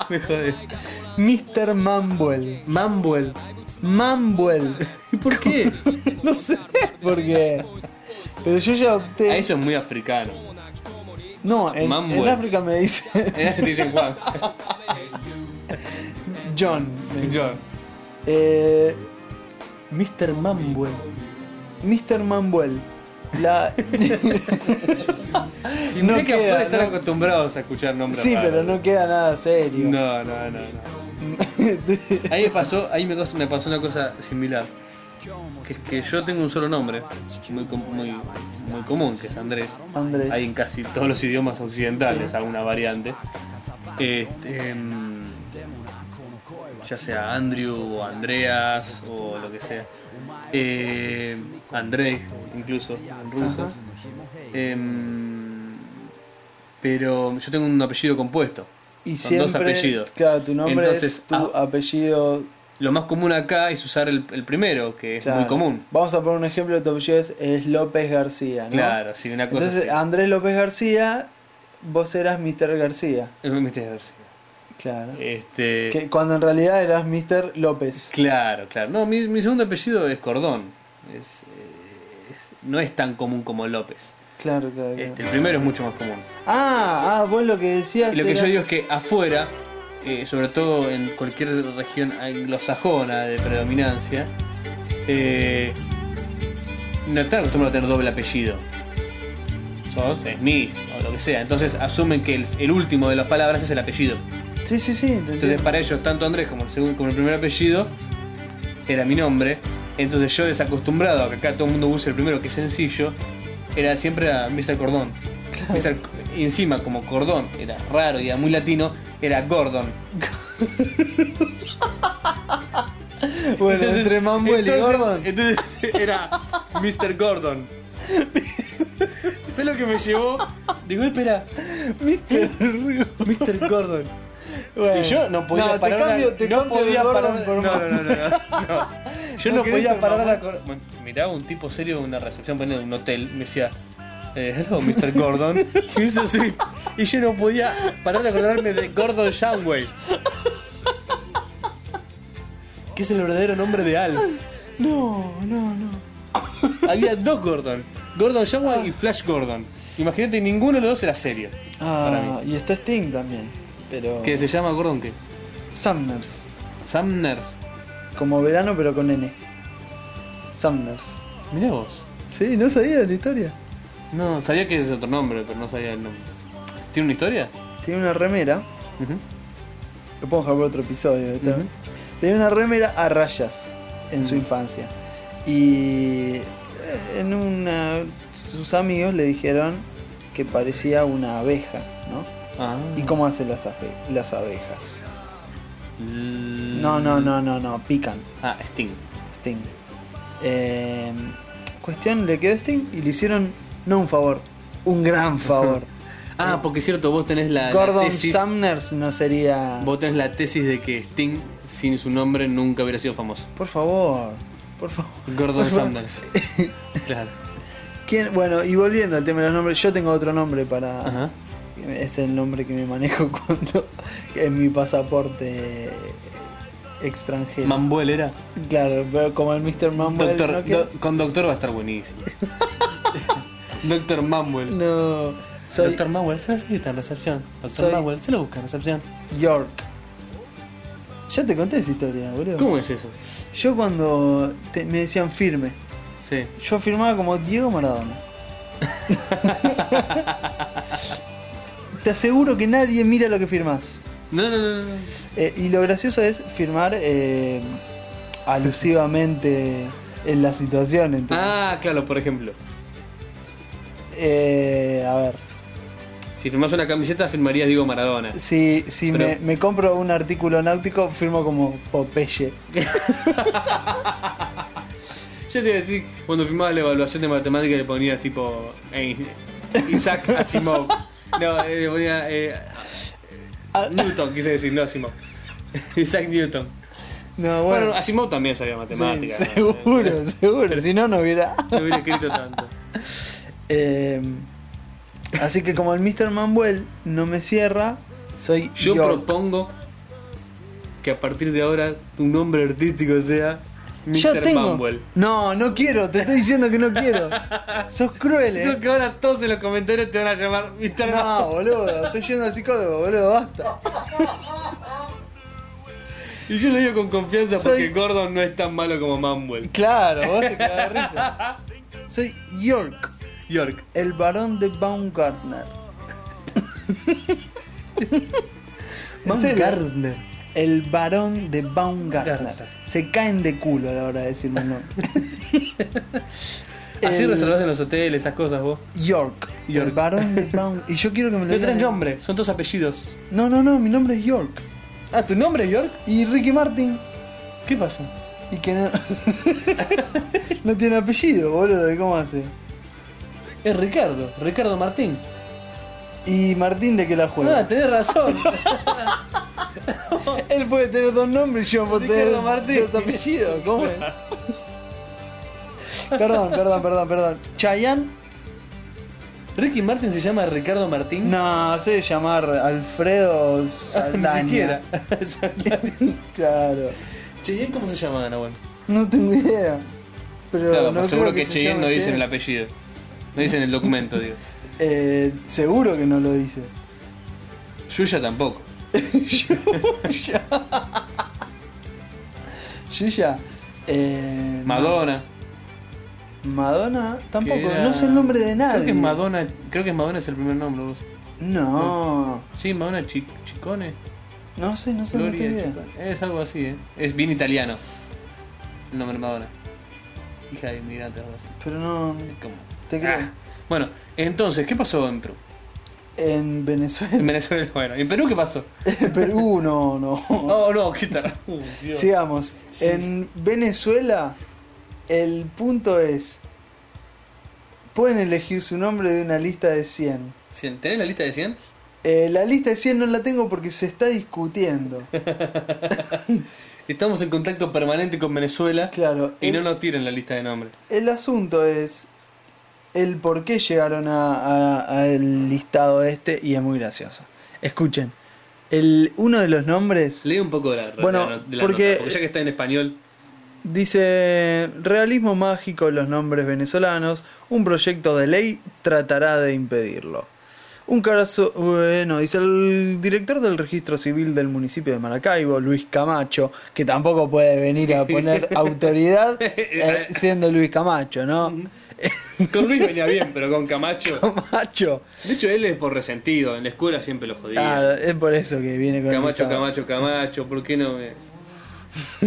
Speaker 2: Me jodes.
Speaker 1: Mr. Manuel.
Speaker 2: Mambuel.
Speaker 1: Manuel.
Speaker 2: ¿Y por qué?
Speaker 1: No sé por qué. Pero yo ya
Speaker 2: A
Speaker 1: opté.
Speaker 2: eso es muy africano.
Speaker 1: No, en,
Speaker 2: Manuel.
Speaker 1: en África me dicen
Speaker 2: Eh, Te dicen Juan.
Speaker 1: John. me dicen.
Speaker 2: John.
Speaker 1: Eh,
Speaker 2: Mr. Mambuel.
Speaker 1: Mr. Manuel. La...
Speaker 2: Y
Speaker 1: No
Speaker 2: mirá que
Speaker 1: queda,
Speaker 2: afuera están
Speaker 1: no-
Speaker 2: acostumbrados a escuchar nombres
Speaker 1: sí,
Speaker 2: raros.
Speaker 1: pero no queda nada serio.
Speaker 2: No, no, no, no. Ahí me pasó, ahí me, cos- me pasó una cosa similar. Que es que yo tengo un solo nombre, muy, com- muy, muy común, que es Andrés.
Speaker 1: Andrés.
Speaker 2: Hay en casi todos los idiomas occidentales alguna variante. Este, em, ya sea Andrew o Andreas o lo que sea. Eh, Andrei, incluso, en ruso.
Speaker 1: Ajá.
Speaker 2: Em, pero yo tengo un apellido compuesto.
Speaker 1: Y
Speaker 2: Son
Speaker 1: siempre,
Speaker 2: dos apellidos.
Speaker 1: Claro, tu nombre
Speaker 2: Entonces,
Speaker 1: es tu
Speaker 2: ah,
Speaker 1: apellido.
Speaker 2: Lo más común acá es usar el, el primero, que es
Speaker 1: claro.
Speaker 2: muy común.
Speaker 1: Vamos a poner un ejemplo. Tu apellido es, es López García, ¿no?
Speaker 2: Claro, sí, una cosa
Speaker 1: Entonces, Andrés López García, vos eras Mr. García.
Speaker 2: así. Eh, Mr. García.
Speaker 1: Claro.
Speaker 2: Este,
Speaker 1: Que cuando en realidad eras Mr. López.
Speaker 2: Claro, claro. No, mi, mi segundo apellido es Cordón. Es, eh, es- no es tan común como López.
Speaker 1: Claro, claro. claro.
Speaker 2: Este, el primero es mucho más común.
Speaker 1: Ah, ah, vos lo que decías.
Speaker 2: Y Lo que
Speaker 1: era-
Speaker 2: yo digo es que afuera, eh, sobre todo en cualquier región anglosajona de predominancia, eh, no están acostumbrados a tener doble apellido. Sos Smith o lo que sea. Entonces asumen que el, el último de las palabras es el apellido.
Speaker 1: Sí, sí, sí. te entiendo.
Speaker 2: Entonces para ellos, tanto Andrés como el, segundo, como el primer apellido era mi nombre. Entonces yo desacostumbrado a que acá todo el mundo use el primero que es sencillo, era siempre a Mr. Cordón. Mr. C- y encima como Cordón, era raro y era muy latino, era Gordon.
Speaker 1: bueno, entre Manuel y
Speaker 2: entonces-
Speaker 1: Gordon.
Speaker 2: Entonces era Mr. Gordon. Fue lo que me llevó. Digo, espera,
Speaker 1: Mr.
Speaker 2: Mr. Gordon.
Speaker 1: Bueno.
Speaker 2: Y yo no podía
Speaker 1: te
Speaker 2: parar.
Speaker 1: cambio-
Speaker 2: una-
Speaker 1: te
Speaker 2: no
Speaker 1: cambio de
Speaker 2: podía
Speaker 1: Gordon
Speaker 2: parar.
Speaker 1: por
Speaker 2: no, no,
Speaker 1: Manuel.
Speaker 2: no, no, no. Yo
Speaker 1: No
Speaker 2: no,
Speaker 1: querés
Speaker 2: podía
Speaker 1: ser
Speaker 2: parar
Speaker 1: mamón.
Speaker 2: la cor- Bueno, Miraba un tipo serio en una recepción ponele, de un hotel. Me decía, eh, hello, Mr. Gordon. y, eso sí, y yo no podía parar de acordarme de Gordon Shanway. Que es el verdadero nombre de Al.
Speaker 1: No, no, no.
Speaker 2: Había dos Gordon. Gordon Shanway y Flash Gordon. Imagínate, ninguno de los dos era serio.
Speaker 1: Ah, y está Sting también. Pero.
Speaker 2: Que se llama Gordon, ¿qué?
Speaker 1: Sumners.
Speaker 2: Sumners.
Speaker 1: Como verano, pero con N. Sumners.
Speaker 2: Mirá vos.
Speaker 1: Sí, no sabía la historia.
Speaker 2: No, sabía que es otro nombre, pero no sabía el nombre. ¿Tiene una historia?
Speaker 1: Tiene una remera.
Speaker 2: Ujú.
Speaker 1: Lo podemos dejar por otro episodio. está.
Speaker 2: Ujú.
Speaker 1: Tenía una remera a rayas en su infancia. Y eh, en una. Sus amigos le dijeron que parecía una abeja, ¿no?
Speaker 2: Ah.
Speaker 1: ¿Y cómo hacen las, abe- las abejas? No, no, no, no, no, pican.
Speaker 2: Ah, Sting.
Speaker 1: Sting. Eh, cuestión, le quedó Sting y le hicieron no un favor, un gran favor.
Speaker 2: Ah, porque es cierto, vos tenés la, la
Speaker 1: Gordon
Speaker 2: tesis.
Speaker 1: Sumners no sería.
Speaker 2: Vos tenés la tesis de que Sting sin su nombre nunca hubiera sido famoso.
Speaker 1: Por favor, por favor.
Speaker 2: Gordon Sanders. Claro.
Speaker 1: ¿Quién? Bueno, y volviendo al tema de los nombres, yo tengo otro nombre para.
Speaker 2: Ajá.
Speaker 1: Es el nombre que me manejo cuando. en mi pasaporte extranjero.
Speaker 2: Mambuel era.
Speaker 1: claro, pero como el Mr. Mambo.
Speaker 2: Doctor-
Speaker 1: ¿no? que-
Speaker 2: do- con Doctor va a estar buenísimo. Doctor Mambuel.
Speaker 1: no, soy
Speaker 2: Doctor Mambuel, se lo necesita en recepción. Doctor
Speaker 1: Soy-
Speaker 2: Mambuel, se lo busca en recepción.
Speaker 1: York. Ya te conté esa historia, boludo.
Speaker 2: ¿Cómo es eso?
Speaker 1: Yo cuando te- me decían firme,
Speaker 2: Sí.
Speaker 1: yo firmaba como Diego Maradona. Te aseguro que nadie mira lo que firmás.
Speaker 2: No, no, no, no.
Speaker 1: Eh, y lo gracioso es firmar eh, alusivamente en la situación. ¿entendés?
Speaker 2: Ah, claro, por ejemplo.
Speaker 1: Eh, a ver,
Speaker 2: Si firmás una camiseta, firmarías Diego Maradona.
Speaker 1: si, si
Speaker 2: Pero-
Speaker 1: me, me compro un artículo náutico, firmo como Popeye.
Speaker 2: Yo te iba a decir, cuando firmabas la evaluación de matemática le ponías tipo Einstein, Isaac Asimov. No, eh, le ponía eh,
Speaker 1: Ah.
Speaker 2: Newton, quise decir, no Asimov. Isaac Newton.
Speaker 1: No,
Speaker 2: Bueno,
Speaker 1: bueno,
Speaker 2: Asimov también sabía
Speaker 1: sí,
Speaker 2: matemática. ¿no?
Speaker 1: seguro, seguro. Si no, no hubiera.
Speaker 2: No hubiera escrito tanto.
Speaker 1: Eh, así que como el Mr. Manuel no me cierra, soy
Speaker 2: Yo
Speaker 1: York.
Speaker 2: propongo que a partir de ahora tu nombre artístico sea
Speaker 1: Yo
Speaker 2: Mr.
Speaker 1: tengo-
Speaker 2: Bumble.
Speaker 1: No, no quiero, te estoy diciendo que no quiero. Sos cruel,
Speaker 2: Yo
Speaker 1: eh.
Speaker 2: Creo que ahora todos en los comentarios te van a llamar Mr. Bumble.
Speaker 1: No, boludo, estoy yendo al psicólogo, boludo, basta.
Speaker 2: Y yo lo digo con confianza
Speaker 1: Soy-
Speaker 2: porque Gordon no es tan malo como Mambuel.
Speaker 1: Claro, vos te cagás de risa. Soy York,
Speaker 2: York.
Speaker 1: el varón de Baumgartner. ¿En serio? Eh,
Speaker 2: Baumgartner.
Speaker 1: El varón de Baumgartner.
Speaker 2: Gartner.
Speaker 1: Se caen de culo a la hora de decir un nombre.
Speaker 2: Así
Speaker 1: El-
Speaker 2: reservás en los hoteles, esas cosas vos.
Speaker 1: York, el
Speaker 2: York.
Speaker 1: varón de Baumgartner. Y yo quiero que me lo
Speaker 2: No
Speaker 1: digan
Speaker 2: tenés
Speaker 1: en-
Speaker 2: nombre, son tus apellidos.
Speaker 1: No, no, no, mi nombre es York.
Speaker 2: Ah, ¿tu nombre es York?
Speaker 1: Y Ricky Martin.
Speaker 2: ¿Qué pasa?
Speaker 1: Y que no. no tiene apellido, boludo, ¿cómo hace?
Speaker 2: Es Ricardo, Ricardo Martín.
Speaker 1: Y Martín de que la juega.
Speaker 2: Ah, tenés razón.
Speaker 1: Él puede tener dos nombres y yo puedo
Speaker 2: Ricardo
Speaker 1: tener
Speaker 2: Martín.
Speaker 1: dos apellidos. ¿Cómo es? perdón, perdón, perdón, perdón. ¿Chayan?
Speaker 2: ¿Ricky Martín se llama Ricardo Martín? Ah,
Speaker 1: No, se debe llamar Alfredo Saldaña.
Speaker 2: ni siquiera.
Speaker 1: claro.
Speaker 2: Cheyenne, ¿cómo se llama, Nahuel?
Speaker 1: No tengo idea. Pero
Speaker 2: Claro, pues
Speaker 1: no
Speaker 2: seguro
Speaker 1: creo
Speaker 2: que,
Speaker 1: se
Speaker 2: Cheyenne
Speaker 1: llame
Speaker 2: no dicen el
Speaker 1: Cheyenne.
Speaker 2: apellido. No dicen el documento, digo.
Speaker 1: Eh, seguro que no lo dice.
Speaker 2: Yuya tampoco.
Speaker 1: Yuya. Yuya. Eh,
Speaker 2: Madonna.
Speaker 1: Madonna tampoco.
Speaker 2: que era-
Speaker 1: No sé el nombre de nadie.
Speaker 2: Creo que es Madonna, creo que es Madonna es el primer nombre. vos.
Speaker 1: No.
Speaker 2: Sí, Madonna Chi- Chicone.
Speaker 1: No sé, no sé. no
Speaker 2: Gloria
Speaker 1: tengo idea.
Speaker 2: Chicone. Es algo así, ¿eh? Es bien italiano. El nombre Madonna. Hija de inmigrantes, algo así.
Speaker 1: Pero no.
Speaker 2: ¿Cómo?
Speaker 1: Te creo.
Speaker 2: Bueno, entonces, ¿qué pasó en Perú?
Speaker 1: En
Speaker 2: En
Speaker 1: Venezuela.
Speaker 2: Venezuela, bueno. ¿En Perú qué pasó?
Speaker 1: En Perú, no, no.
Speaker 2: Oh, no, ¿qué tal? Uh, Dios.
Speaker 1: Sigamos. En Venezuela, el punto es. Pueden elegir su nombre de una lista de 100.
Speaker 2: Cien. ¿Tenés la lista de 100?
Speaker 1: Eh, la lista de 100 no la tengo porque se está discutiendo.
Speaker 2: Estamos en contacto permanente con Venezuela
Speaker 1: Claro,
Speaker 2: y
Speaker 1: el,
Speaker 2: no nos tiren la lista de nombres.
Speaker 1: el asunto es el por qué llegaron a- a- al listado este y es muy gracioso. Escuchen, el, uno de los nombres
Speaker 2: Lee un poco de la,
Speaker 1: Bueno,
Speaker 2: de la- de la
Speaker 1: porque-
Speaker 2: nota, ya que está en español,
Speaker 1: Dice, realismo mágico en los nombres venezolanos, un proyecto de ley tratará de impedirlo. Un caso, bueno, dice el director del registro civil del municipio de Maracaibo, Luis Camacho, que tampoco puede venir a poner autoridad eh, siendo Luis Camacho, ¿no?
Speaker 2: con Luis venía bien, pero con Camacho.
Speaker 1: Camacho.
Speaker 2: De hecho, él es por resentido, en la escuela siempre lo jodía.
Speaker 1: Ah, es por eso que viene con el
Speaker 2: Camacho,
Speaker 1: listado.
Speaker 2: Camacho, Camacho, ¿por qué no me.?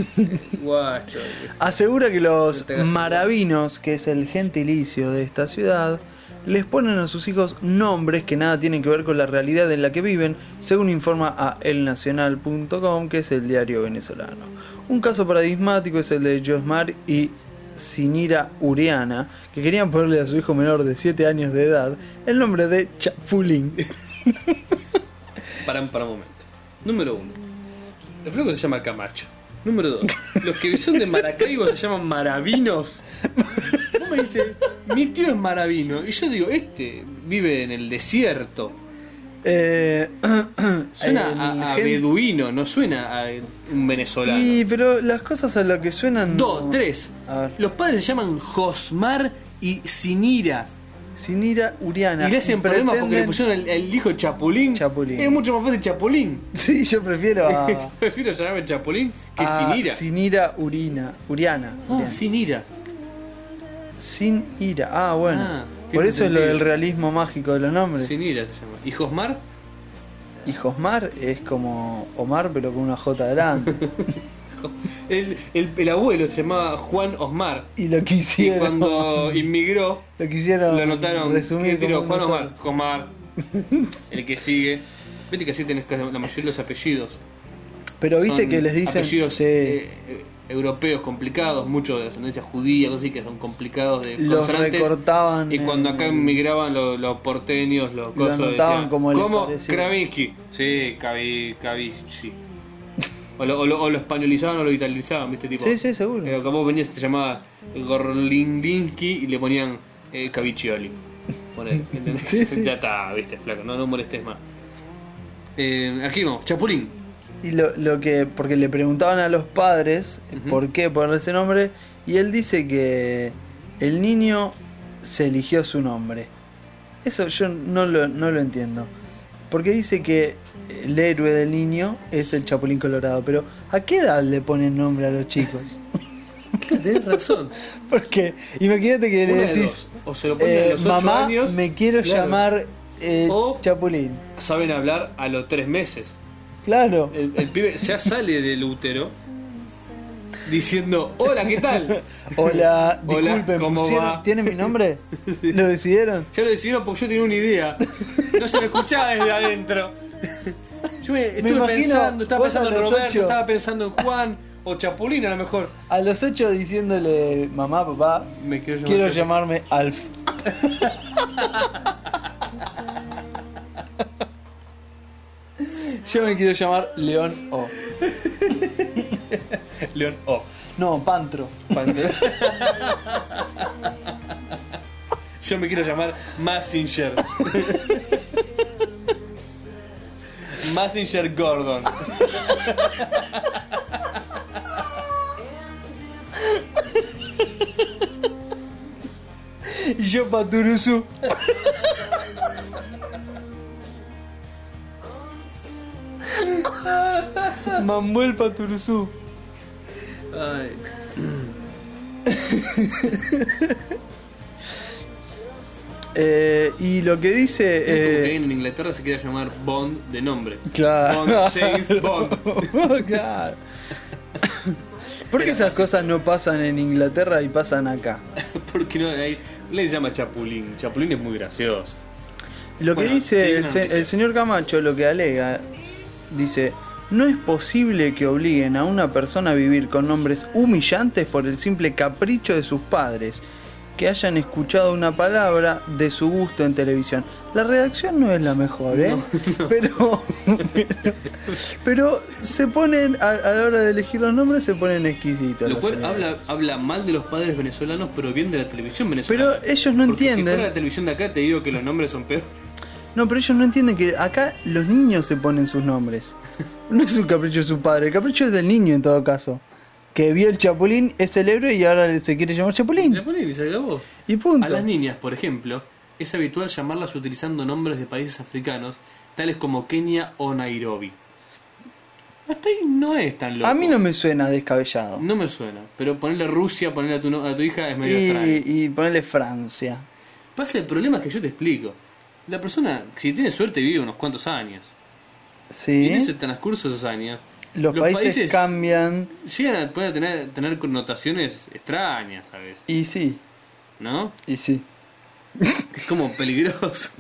Speaker 2: Guacho. qué sé yo.
Speaker 1: Asegura que los
Speaker 2: No te hagas
Speaker 1: maravinos, que es el gentilicio de esta ciudad, les ponen a sus hijos nombres que nada tienen que ver con la realidad en la que viven, según informa a elnacional.com, que es el diario venezolano. Un caso paradigmático es el de Josmar y Sinira Uriana, que querían ponerle a su hijo menor de 7 años de edad el nombre de Chapulín.
Speaker 2: Paran para un momento. Número uno. El flaco se llama Camacho. Número dos. Los que son de Maracaibo se llaman Maravinos. Vos me dices, mi tío es Maravino. Y yo digo, este vive en el desierto.
Speaker 1: Eh,
Speaker 2: Suena
Speaker 1: el
Speaker 2: a, a
Speaker 1: gen-
Speaker 2: beduino, no suena a un venezolano.
Speaker 1: Y, pero las cosas a lo que suenan...
Speaker 2: Dos,
Speaker 1: no.
Speaker 2: tres.
Speaker 1: A ver.
Speaker 2: Los padres se llaman Josmar y Sinira.
Speaker 1: Sinira Uriana.
Speaker 2: Y le hacen problemas porque le
Speaker 1: Pretenden-
Speaker 2: pusieron al, al hijo Chapulín.
Speaker 1: Chapulín.
Speaker 2: Es mucho más fácil Chapulín.
Speaker 1: Sí, yo prefiero a.
Speaker 2: Prefiero llamarme Chapulín que
Speaker 1: a
Speaker 2: Sinira.
Speaker 1: Ah, Sinira Urina. Uriana.
Speaker 2: Ah, Sinira.
Speaker 1: Sin ira. Ah, bueno.
Speaker 2: Ah,
Speaker 1: Por
Speaker 2: tiene
Speaker 1: eso es lo
Speaker 2: sentido.
Speaker 1: del realismo mágico de los nombres.
Speaker 2: Sinira se llama. ¿Y Josmar?
Speaker 1: Y Josmar es como Omar, pero con una J grande.
Speaker 2: Jo- El, el- el abuelo se llamaba Juan Osmar.
Speaker 1: y lo
Speaker 2: Y
Speaker 1: quisieron.
Speaker 2: cuando inmigró,
Speaker 1: Lo quisieron.
Speaker 2: lo anotaron.
Speaker 1: Resumir
Speaker 2: ¿Qué tiró?
Speaker 1: como
Speaker 2: Juan
Speaker 1: un
Speaker 2: Osmar. Josmar. El que sigue. Viste que así tenés que- la mayoría de los apellidos.
Speaker 1: Pero viste
Speaker 2: son
Speaker 1: que les dicen.
Speaker 2: apellidos
Speaker 1: sí,
Speaker 2: eh, eh, europeos complicados, muchos de ascendencia judía, cosas así que son complicados de
Speaker 1: Los
Speaker 2: consonantes.
Speaker 1: recortaban
Speaker 2: Y cuando
Speaker 1: en
Speaker 2: acá
Speaker 1: el-
Speaker 2: emigraban los, los porteños, los
Speaker 1: Lo
Speaker 2: cosas
Speaker 1: anotaban
Speaker 2: decían,
Speaker 1: como les
Speaker 2: ¿Cómo?
Speaker 1: parecía".
Speaker 2: Kravinsky. Sí, Kavi, Kavi, sí. O lo, o lo- o lo españolizaban o lo italianizaban, ¿viste? Tipo,
Speaker 1: Sí, sí, seguro.
Speaker 2: Pero como venías, te llamaba Gorlindinsky y le ponían eh, Caviccioli. Ponele, ¿entendés?
Speaker 1: Sí, sí.
Speaker 2: Ya está, ¿viste? Flaco, no, no molestes más. Eh, aquí vamos, Chapulín.
Speaker 1: Y lo, lo que. Porque le preguntaban a los padres eh, por qué ponerle ese nombre. Y él dice que el niño se eligió su nombre. Eso yo no lo, no lo entiendo. Porque dice que el héroe del niño es el Chapulín Colorado. Pero ¿a qué edad le ponen nombre a los chicos?
Speaker 2: Tenés razón.
Speaker 1: Porque imagínate que le
Speaker 2: Una de
Speaker 1: decís.
Speaker 2: dos. o se lo ponen a
Speaker 1: eh,
Speaker 2: los 8
Speaker 1: mamá,
Speaker 2: años.
Speaker 1: me quiero
Speaker 2: Claro.
Speaker 1: llamar eh,
Speaker 2: O-
Speaker 1: Chapulín.
Speaker 2: Saben hablar a los 3 meses.
Speaker 1: Claro.
Speaker 2: El, el pibe ya sale del útero diciendo: Hola, ¿qué tal?
Speaker 1: Hola,
Speaker 2: Hola,
Speaker 1: disculpen,
Speaker 2: ¿cómo
Speaker 1: pusieron-
Speaker 2: va?
Speaker 1: ¿tienen mi nombre? ¿Lo decidieron?
Speaker 2: Ya lo decidieron porque yo tenía una idea. No se lo escuchaba desde adentro. Yo me- estuve
Speaker 1: imagino
Speaker 2: pensando, estaba
Speaker 1: vos a
Speaker 2: pensando en
Speaker 1: los
Speaker 2: Roberto,
Speaker 1: ocho.
Speaker 2: estaba pensando en Juan o Chapulín a lo mejor.
Speaker 1: A los ocho diciéndole, mamá, papá,
Speaker 2: Me quiero llamar
Speaker 1: quiero
Speaker 2: Chapulín".
Speaker 1: llamarme Alf. Yo me quiero llamar León O.
Speaker 2: León, oh.
Speaker 1: No, Pantro.
Speaker 2: Cuando- Yo me quiero llamar Massinger. Massinger Gordon.
Speaker 1: Y yo Paturuzu. Manuel Paturuzu.
Speaker 2: Ay.
Speaker 1: Eh, y lo que
Speaker 2: Es como que
Speaker 1: dice... eh,
Speaker 2: alguien en Inglaterra se quiere llamar Bond de nombre.
Speaker 1: Claro.
Speaker 2: Bond, James Bond.
Speaker 1: claro. ¿Por qué esas cosas no pasan en Inglaterra y pasan acá?
Speaker 2: Porque no hay. Le llama Chapulín. Chapulín es muy gracioso.
Speaker 1: Lo que
Speaker 2: Bueno,
Speaker 1: dice
Speaker 2: sigue
Speaker 1: el,
Speaker 2: la
Speaker 1: se-
Speaker 2: noticia.
Speaker 1: el señor Camacho, lo que alega, dice, no es posible que obliguen a una persona a vivir con nombres humillantes por el simple capricho de sus padres, que hayan escuchado una palabra de su gusto en televisión. La redacción no es la mejor, ¿eh? Pero, pero, pero se ponen, a, a la hora de elegir los nombres, se ponen exquisitos.
Speaker 2: Lo
Speaker 1: los
Speaker 2: cual
Speaker 1: señores.
Speaker 2: habla, habla mal de los padres venezolanos, pero bien de la televisión venezolana.
Speaker 1: Pero ellos no
Speaker 2: Porque Si
Speaker 1: entienden.
Speaker 2: fuera la televisión de acá, te digo que los nombres son peores.
Speaker 1: No, pero ellos no entienden que acá los niños se ponen sus nombres. No es un capricho de su padre, el capricho es del niño en todo caso. Que vio el Chapulín, es el héroe y ahora se quiere llamar
Speaker 2: Le
Speaker 1: Chapulín.
Speaker 2: pones y se acabó.
Speaker 1: Y punto.
Speaker 2: A las niñas, por ejemplo, es habitual llamarlas utilizando nombres de países africanos, tales como Kenia o Nairobi. Hasta ahí no es tan loco.
Speaker 1: A mí no me suena descabellado.
Speaker 2: No me suena, pero ponerle Rusia, ponerle a tu, no- a tu hija es medio extraño.
Speaker 1: y, y ponerle Francia.
Speaker 2: Pasa el problema que yo te explico. La persona, si tiene suerte, vive unos cuantos años. Y
Speaker 1: Sí.
Speaker 2: en ese transcurso de esos años,
Speaker 1: Los, países, cambian.
Speaker 2: llegan a, pueden tener, tener connotaciones extrañas a veces,
Speaker 1: Y sí,
Speaker 2: ¿no?
Speaker 1: y sí,
Speaker 2: Es como peligroso.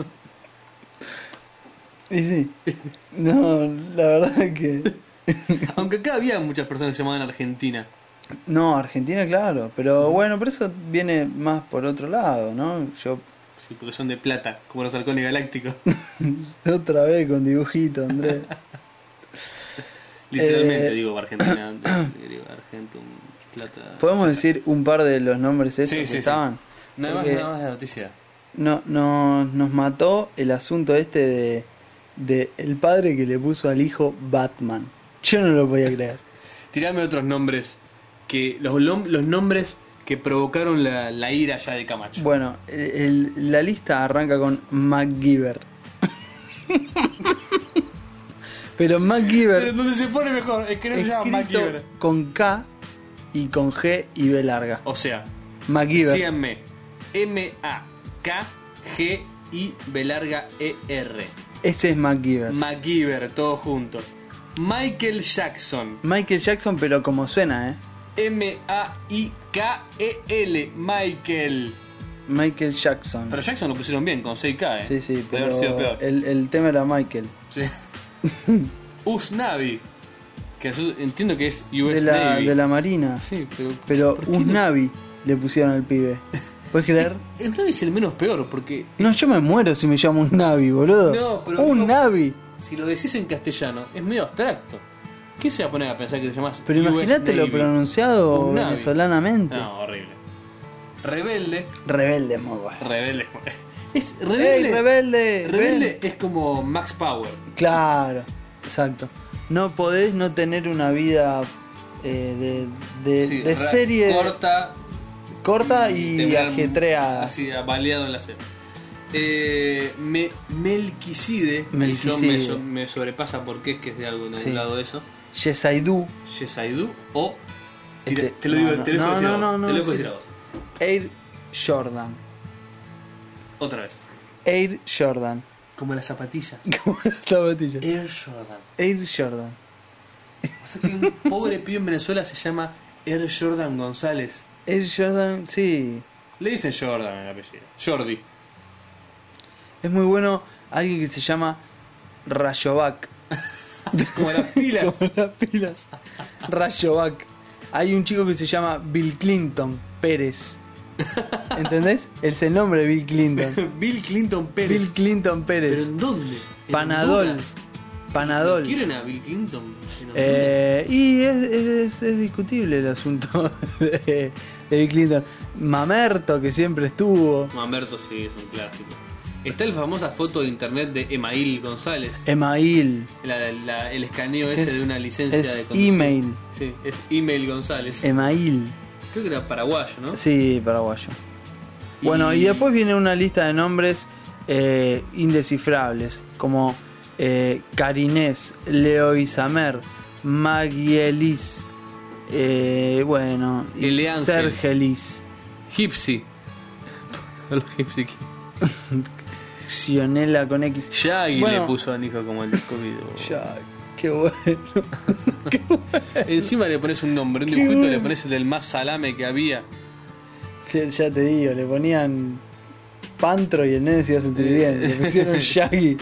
Speaker 1: y sí. No, la verdad que...
Speaker 2: Aunque acá había muchas personas llamadas en Argentina.
Speaker 1: No, Argentina, claro. Pero bueno, por eso viene más por otro lado, ¿no? Yo
Speaker 2: Sí, porque son de plata, como los halcones galácticos.
Speaker 1: otra vez con dibujito, Andrés.
Speaker 2: Literalmente
Speaker 1: Eh.
Speaker 2: digo Argentina. de- digo, Argentum, plata.
Speaker 1: ¿Podemos decir un par de los nombres esos
Speaker 2: Sí,
Speaker 1: que
Speaker 2: sí, sí.
Speaker 1: estaban?
Speaker 2: Nada más,
Speaker 1: Porque
Speaker 2: nada más la noticia.
Speaker 1: No, no, nos mató el asunto este de, de el padre que le puso al hijo Batman. Yo no lo podía creer.
Speaker 2: Tirame otros nombres. que Los, lom- los nombres que provocaron la, la ira ya de Camacho.
Speaker 1: Bueno, el- el- la lista arranca con MacGyver. Pero
Speaker 2: Pero
Speaker 1: MacGyver
Speaker 2: donde se pone mejor, es que no se llama
Speaker 1: escrito
Speaker 2: MacGyver.
Speaker 1: con K y con G y B larga.
Speaker 2: O sea,
Speaker 1: MacGyver.
Speaker 2: síganme. M-A-K-G-I-B larga E-R.
Speaker 1: Ese es MacGyver.
Speaker 2: MacGyver, todo junto. Michael Jackson.
Speaker 1: Michael Jackson, pero como suena, ¿eh?
Speaker 2: M-A-I-K-E-L, E Michael.
Speaker 1: Michael Jackson.
Speaker 2: Pero Jackson lo pusieron bien con 6K, eh.
Speaker 1: Sí, sí,
Speaker 2: Debe haber
Speaker 1: pero eh,
Speaker 2: sido peor.
Speaker 1: el, el tema era Michael.
Speaker 2: Sí. Usnavi. Que yo entiendo que es US
Speaker 1: De la,
Speaker 2: Navy.
Speaker 1: de la Marina.
Speaker 2: Sí, pero.
Speaker 1: Pero
Speaker 2: ¿por qué
Speaker 1: un Navi le pusieron al pibe. ¿Puedes creer?
Speaker 2: no? El Navi es el menos peor, porque
Speaker 1: No, yo me muero si me llamo un Navi, boludo.
Speaker 2: No, pero
Speaker 1: un
Speaker 2: no-
Speaker 1: Navi.
Speaker 2: si lo decís en castellano, es medio abstracto. ¿Qué se va a poner a pensar que te llamás
Speaker 1: Pero
Speaker 2: US
Speaker 1: imagínate lo
Speaker 2: Navy?
Speaker 1: pronunciado
Speaker 2: Un Navi.
Speaker 1: venezolanamente.
Speaker 2: No, horrible. Rebelde.
Speaker 1: Rebelde, muy bueno.
Speaker 2: Rebelde. Es
Speaker 1: ¡Ey,
Speaker 2: rebelde.
Speaker 1: rebelde!
Speaker 2: Rebelde
Speaker 1: ven.
Speaker 2: es como Max Power.
Speaker 1: Claro, exacto. No podés no tener una vida eh, de, de-
Speaker 2: Sí,
Speaker 1: de
Speaker 2: ra-
Speaker 1: serie
Speaker 2: corta
Speaker 1: corta y
Speaker 2: terminar
Speaker 1: ajetreada.
Speaker 2: Así, baleado en la serie. Eh, me, Melquiside,
Speaker 1: Melquisede.
Speaker 2: Melquiside. Me, so- me sobrepasa porque es que es de algo de
Speaker 1: Sí.
Speaker 2: algún lado de eso.
Speaker 1: Yesaidu.
Speaker 2: Yesaidu o.
Speaker 1: Este-
Speaker 2: te lo digo,
Speaker 1: no,
Speaker 2: te lo
Speaker 1: no,
Speaker 2: dejo decir
Speaker 1: no,
Speaker 2: a vos,
Speaker 1: no, no,
Speaker 2: te lo dejo
Speaker 1: sí.
Speaker 2: decir a vos.
Speaker 1: Air Jordan.
Speaker 2: Otra vez.
Speaker 1: Air Jordan.
Speaker 2: Como las zapatillas.
Speaker 1: Como las zapatillas.
Speaker 2: Air Jordan.
Speaker 1: Air Jordan.
Speaker 2: O sea que un pobre pibe en Venezuela se llama Air Jordan González.
Speaker 1: Air Jordan, sí.
Speaker 2: Le dicen Jordan en el apellido. Jordi.
Speaker 1: Es muy bueno alguien que se llama Rayovac.
Speaker 2: Como las pilas.
Speaker 1: Con las pilas. Rayovac. Hay un chico que se llama Bill Clinton Pérez. ¿Entendés? Es el nombre de Bill Clinton.
Speaker 2: Bill Clinton Pérez.
Speaker 1: Bill Clinton
Speaker 2: ¿Pero
Speaker 1: Pérez.
Speaker 2: en dónde? ¿En
Speaker 1: Panadol.
Speaker 2: Honduras?
Speaker 1: Panadol.
Speaker 2: ¿Quieren a Bill Clinton? en Honduras?
Speaker 1: Eh, y es, es- es discutible el asunto de, de Bill Clinton. Mamerto, que siempre estuvo.
Speaker 2: Mamberto sí, es un clásico. Está la famosa foto de internet de Email González.
Speaker 1: Email.
Speaker 2: la- la- el escaneo
Speaker 1: que
Speaker 2: ese
Speaker 1: es-
Speaker 2: de una licencia
Speaker 1: es
Speaker 2: de conducir.
Speaker 1: email. Em.
Speaker 2: Sí, es Email González.
Speaker 1: Email.
Speaker 2: Creo que era paraguayo, ¿no?
Speaker 1: Sí, paraguayo. Bueno, y
Speaker 2: Y-
Speaker 1: después viene una lista de nombres eh, indescifrables, como eh, Carinés, Leo Isamer, Magielis, eh, bueno, y
Speaker 2: Eleángel.
Speaker 1: Sergelis,
Speaker 2: Gypsy. Los Gypsy King.
Speaker 1: Sionela con X.
Speaker 2: Shaggy
Speaker 1: Bueno.
Speaker 2: le puso a Nico como el Scooby.
Speaker 1: Ya, qué bueno.
Speaker 2: Encima le pones un nombre, un
Speaker 1: Qué
Speaker 2: dibujito,
Speaker 1: bueno.
Speaker 2: le pones el del más salame que había.
Speaker 1: Ya, ya te digo, le ponían Pantro y el nene se iba a sentir bien. Le pusieron Shaggy.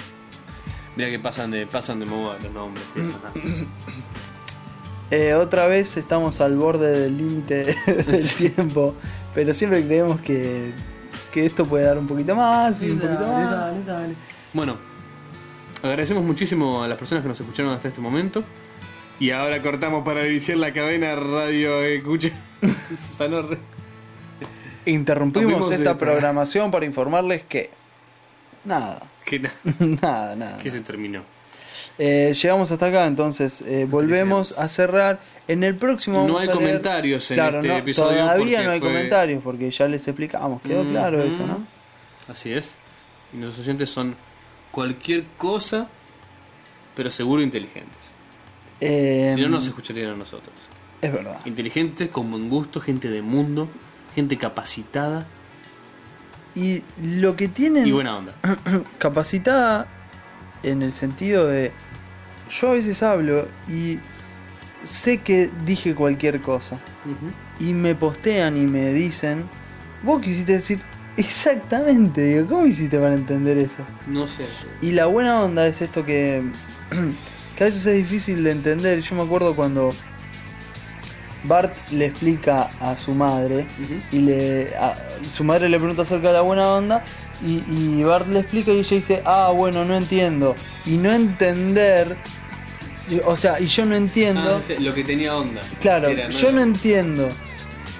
Speaker 2: Mira que pasan de pasan de moda los nombres. y eso, ¿no?
Speaker 1: Eh, otra vez estamos al borde del límite del tiempo, Pero siempre creemos que, que esto puede dar un poquito más y un poquito más.
Speaker 2: Bueno, agradecemos muchísimo a las personas que nos escucharon hasta este momento. Y ahora cortamos para iniciar la cadena radio. Escuche. Susano Re-
Speaker 1: Interrumpimos
Speaker 2: Rompimos
Speaker 1: esta
Speaker 2: esta.
Speaker 1: programación para informarles que. Nada,
Speaker 2: que, na-
Speaker 1: nada, nada.
Speaker 2: que se terminó.
Speaker 1: Eh, llegamos hasta acá, entonces eh, volvemos a cerrar. En el próximo.
Speaker 2: No
Speaker 1: vamos
Speaker 2: hay
Speaker 1: a leer-
Speaker 2: comentarios en este episodio
Speaker 1: Todavía
Speaker 2: porque
Speaker 1: no hay
Speaker 2: fue-
Speaker 1: comentarios porque ya les explicamos. Quedó claro eso, ¿no?
Speaker 2: Mm. Así es. Y nuestros oyentes son cualquier cosa, pero seguro inteligentes.
Speaker 1: Eh,
Speaker 2: Si no, nos escucharían a nosotros.
Speaker 1: Es verdad.
Speaker 2: Inteligentes, con buen gusto, gente de mundo, gente capacitada
Speaker 1: Y lo que tienen.
Speaker 2: y buena onda.
Speaker 1: capacitada en el sentido de yo a veces hablo y sé que dije cualquier cosa y me postean y me dicen vos quisiste decir exactamente digo cómo hiciste para entender eso
Speaker 2: No sé. Ah,
Speaker 1: y la buena onda es esto que, que a veces es difícil de entender yo me acuerdo cuando Bart le explica a su madre
Speaker 2: Ujú.
Speaker 1: y le a- su madre le pregunta acerca de la buena onda y, y Bart le explica y ella dice, ah, bueno, no entiendo. Y no entender, y- o sea, y yo no entiendo,
Speaker 2: Ah, no sé, lo que tenía onda.
Speaker 1: claro,
Speaker 2: Era, ¿no?
Speaker 1: yo no entiendo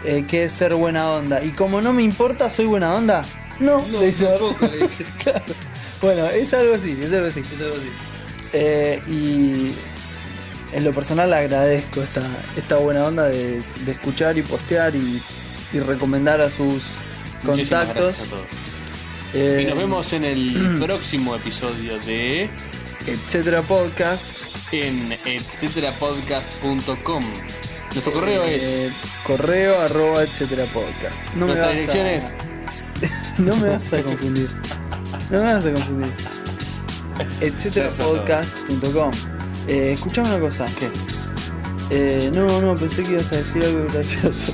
Speaker 1: eh, qué es ser buena onda. Y como no me importa, ¿soy buena onda? No,
Speaker 2: No,
Speaker 1: le dice Bart.
Speaker 2: tampoco, le dice.
Speaker 1: Claro. Bueno, es algo así, es algo así.
Speaker 2: Es algo así.
Speaker 1: Eh, y en lo personal agradezco esta, esta buena onda de, de escuchar y postear y, y recomendar a sus
Speaker 2: Muchísimas
Speaker 1: contactos.
Speaker 2: gracias a todos.
Speaker 1: Eh,
Speaker 2: Y nos vemos en el próximo episodio de
Speaker 1: Etcétera Podcast.
Speaker 2: en etcéterapodcast.com. Nuestro correo es
Speaker 1: Eh, correo arroba etcétera podcast. No me
Speaker 2: Nuestra
Speaker 1: vas
Speaker 2: dirección
Speaker 1: a-
Speaker 2: es-
Speaker 1: No me vas a confundir. No me vas a confundir. Etcéterapodcast.com. Eh, escuchame una cosa. ¿Qué? Eh, no, no, pensé que ibas a decir algo gracioso.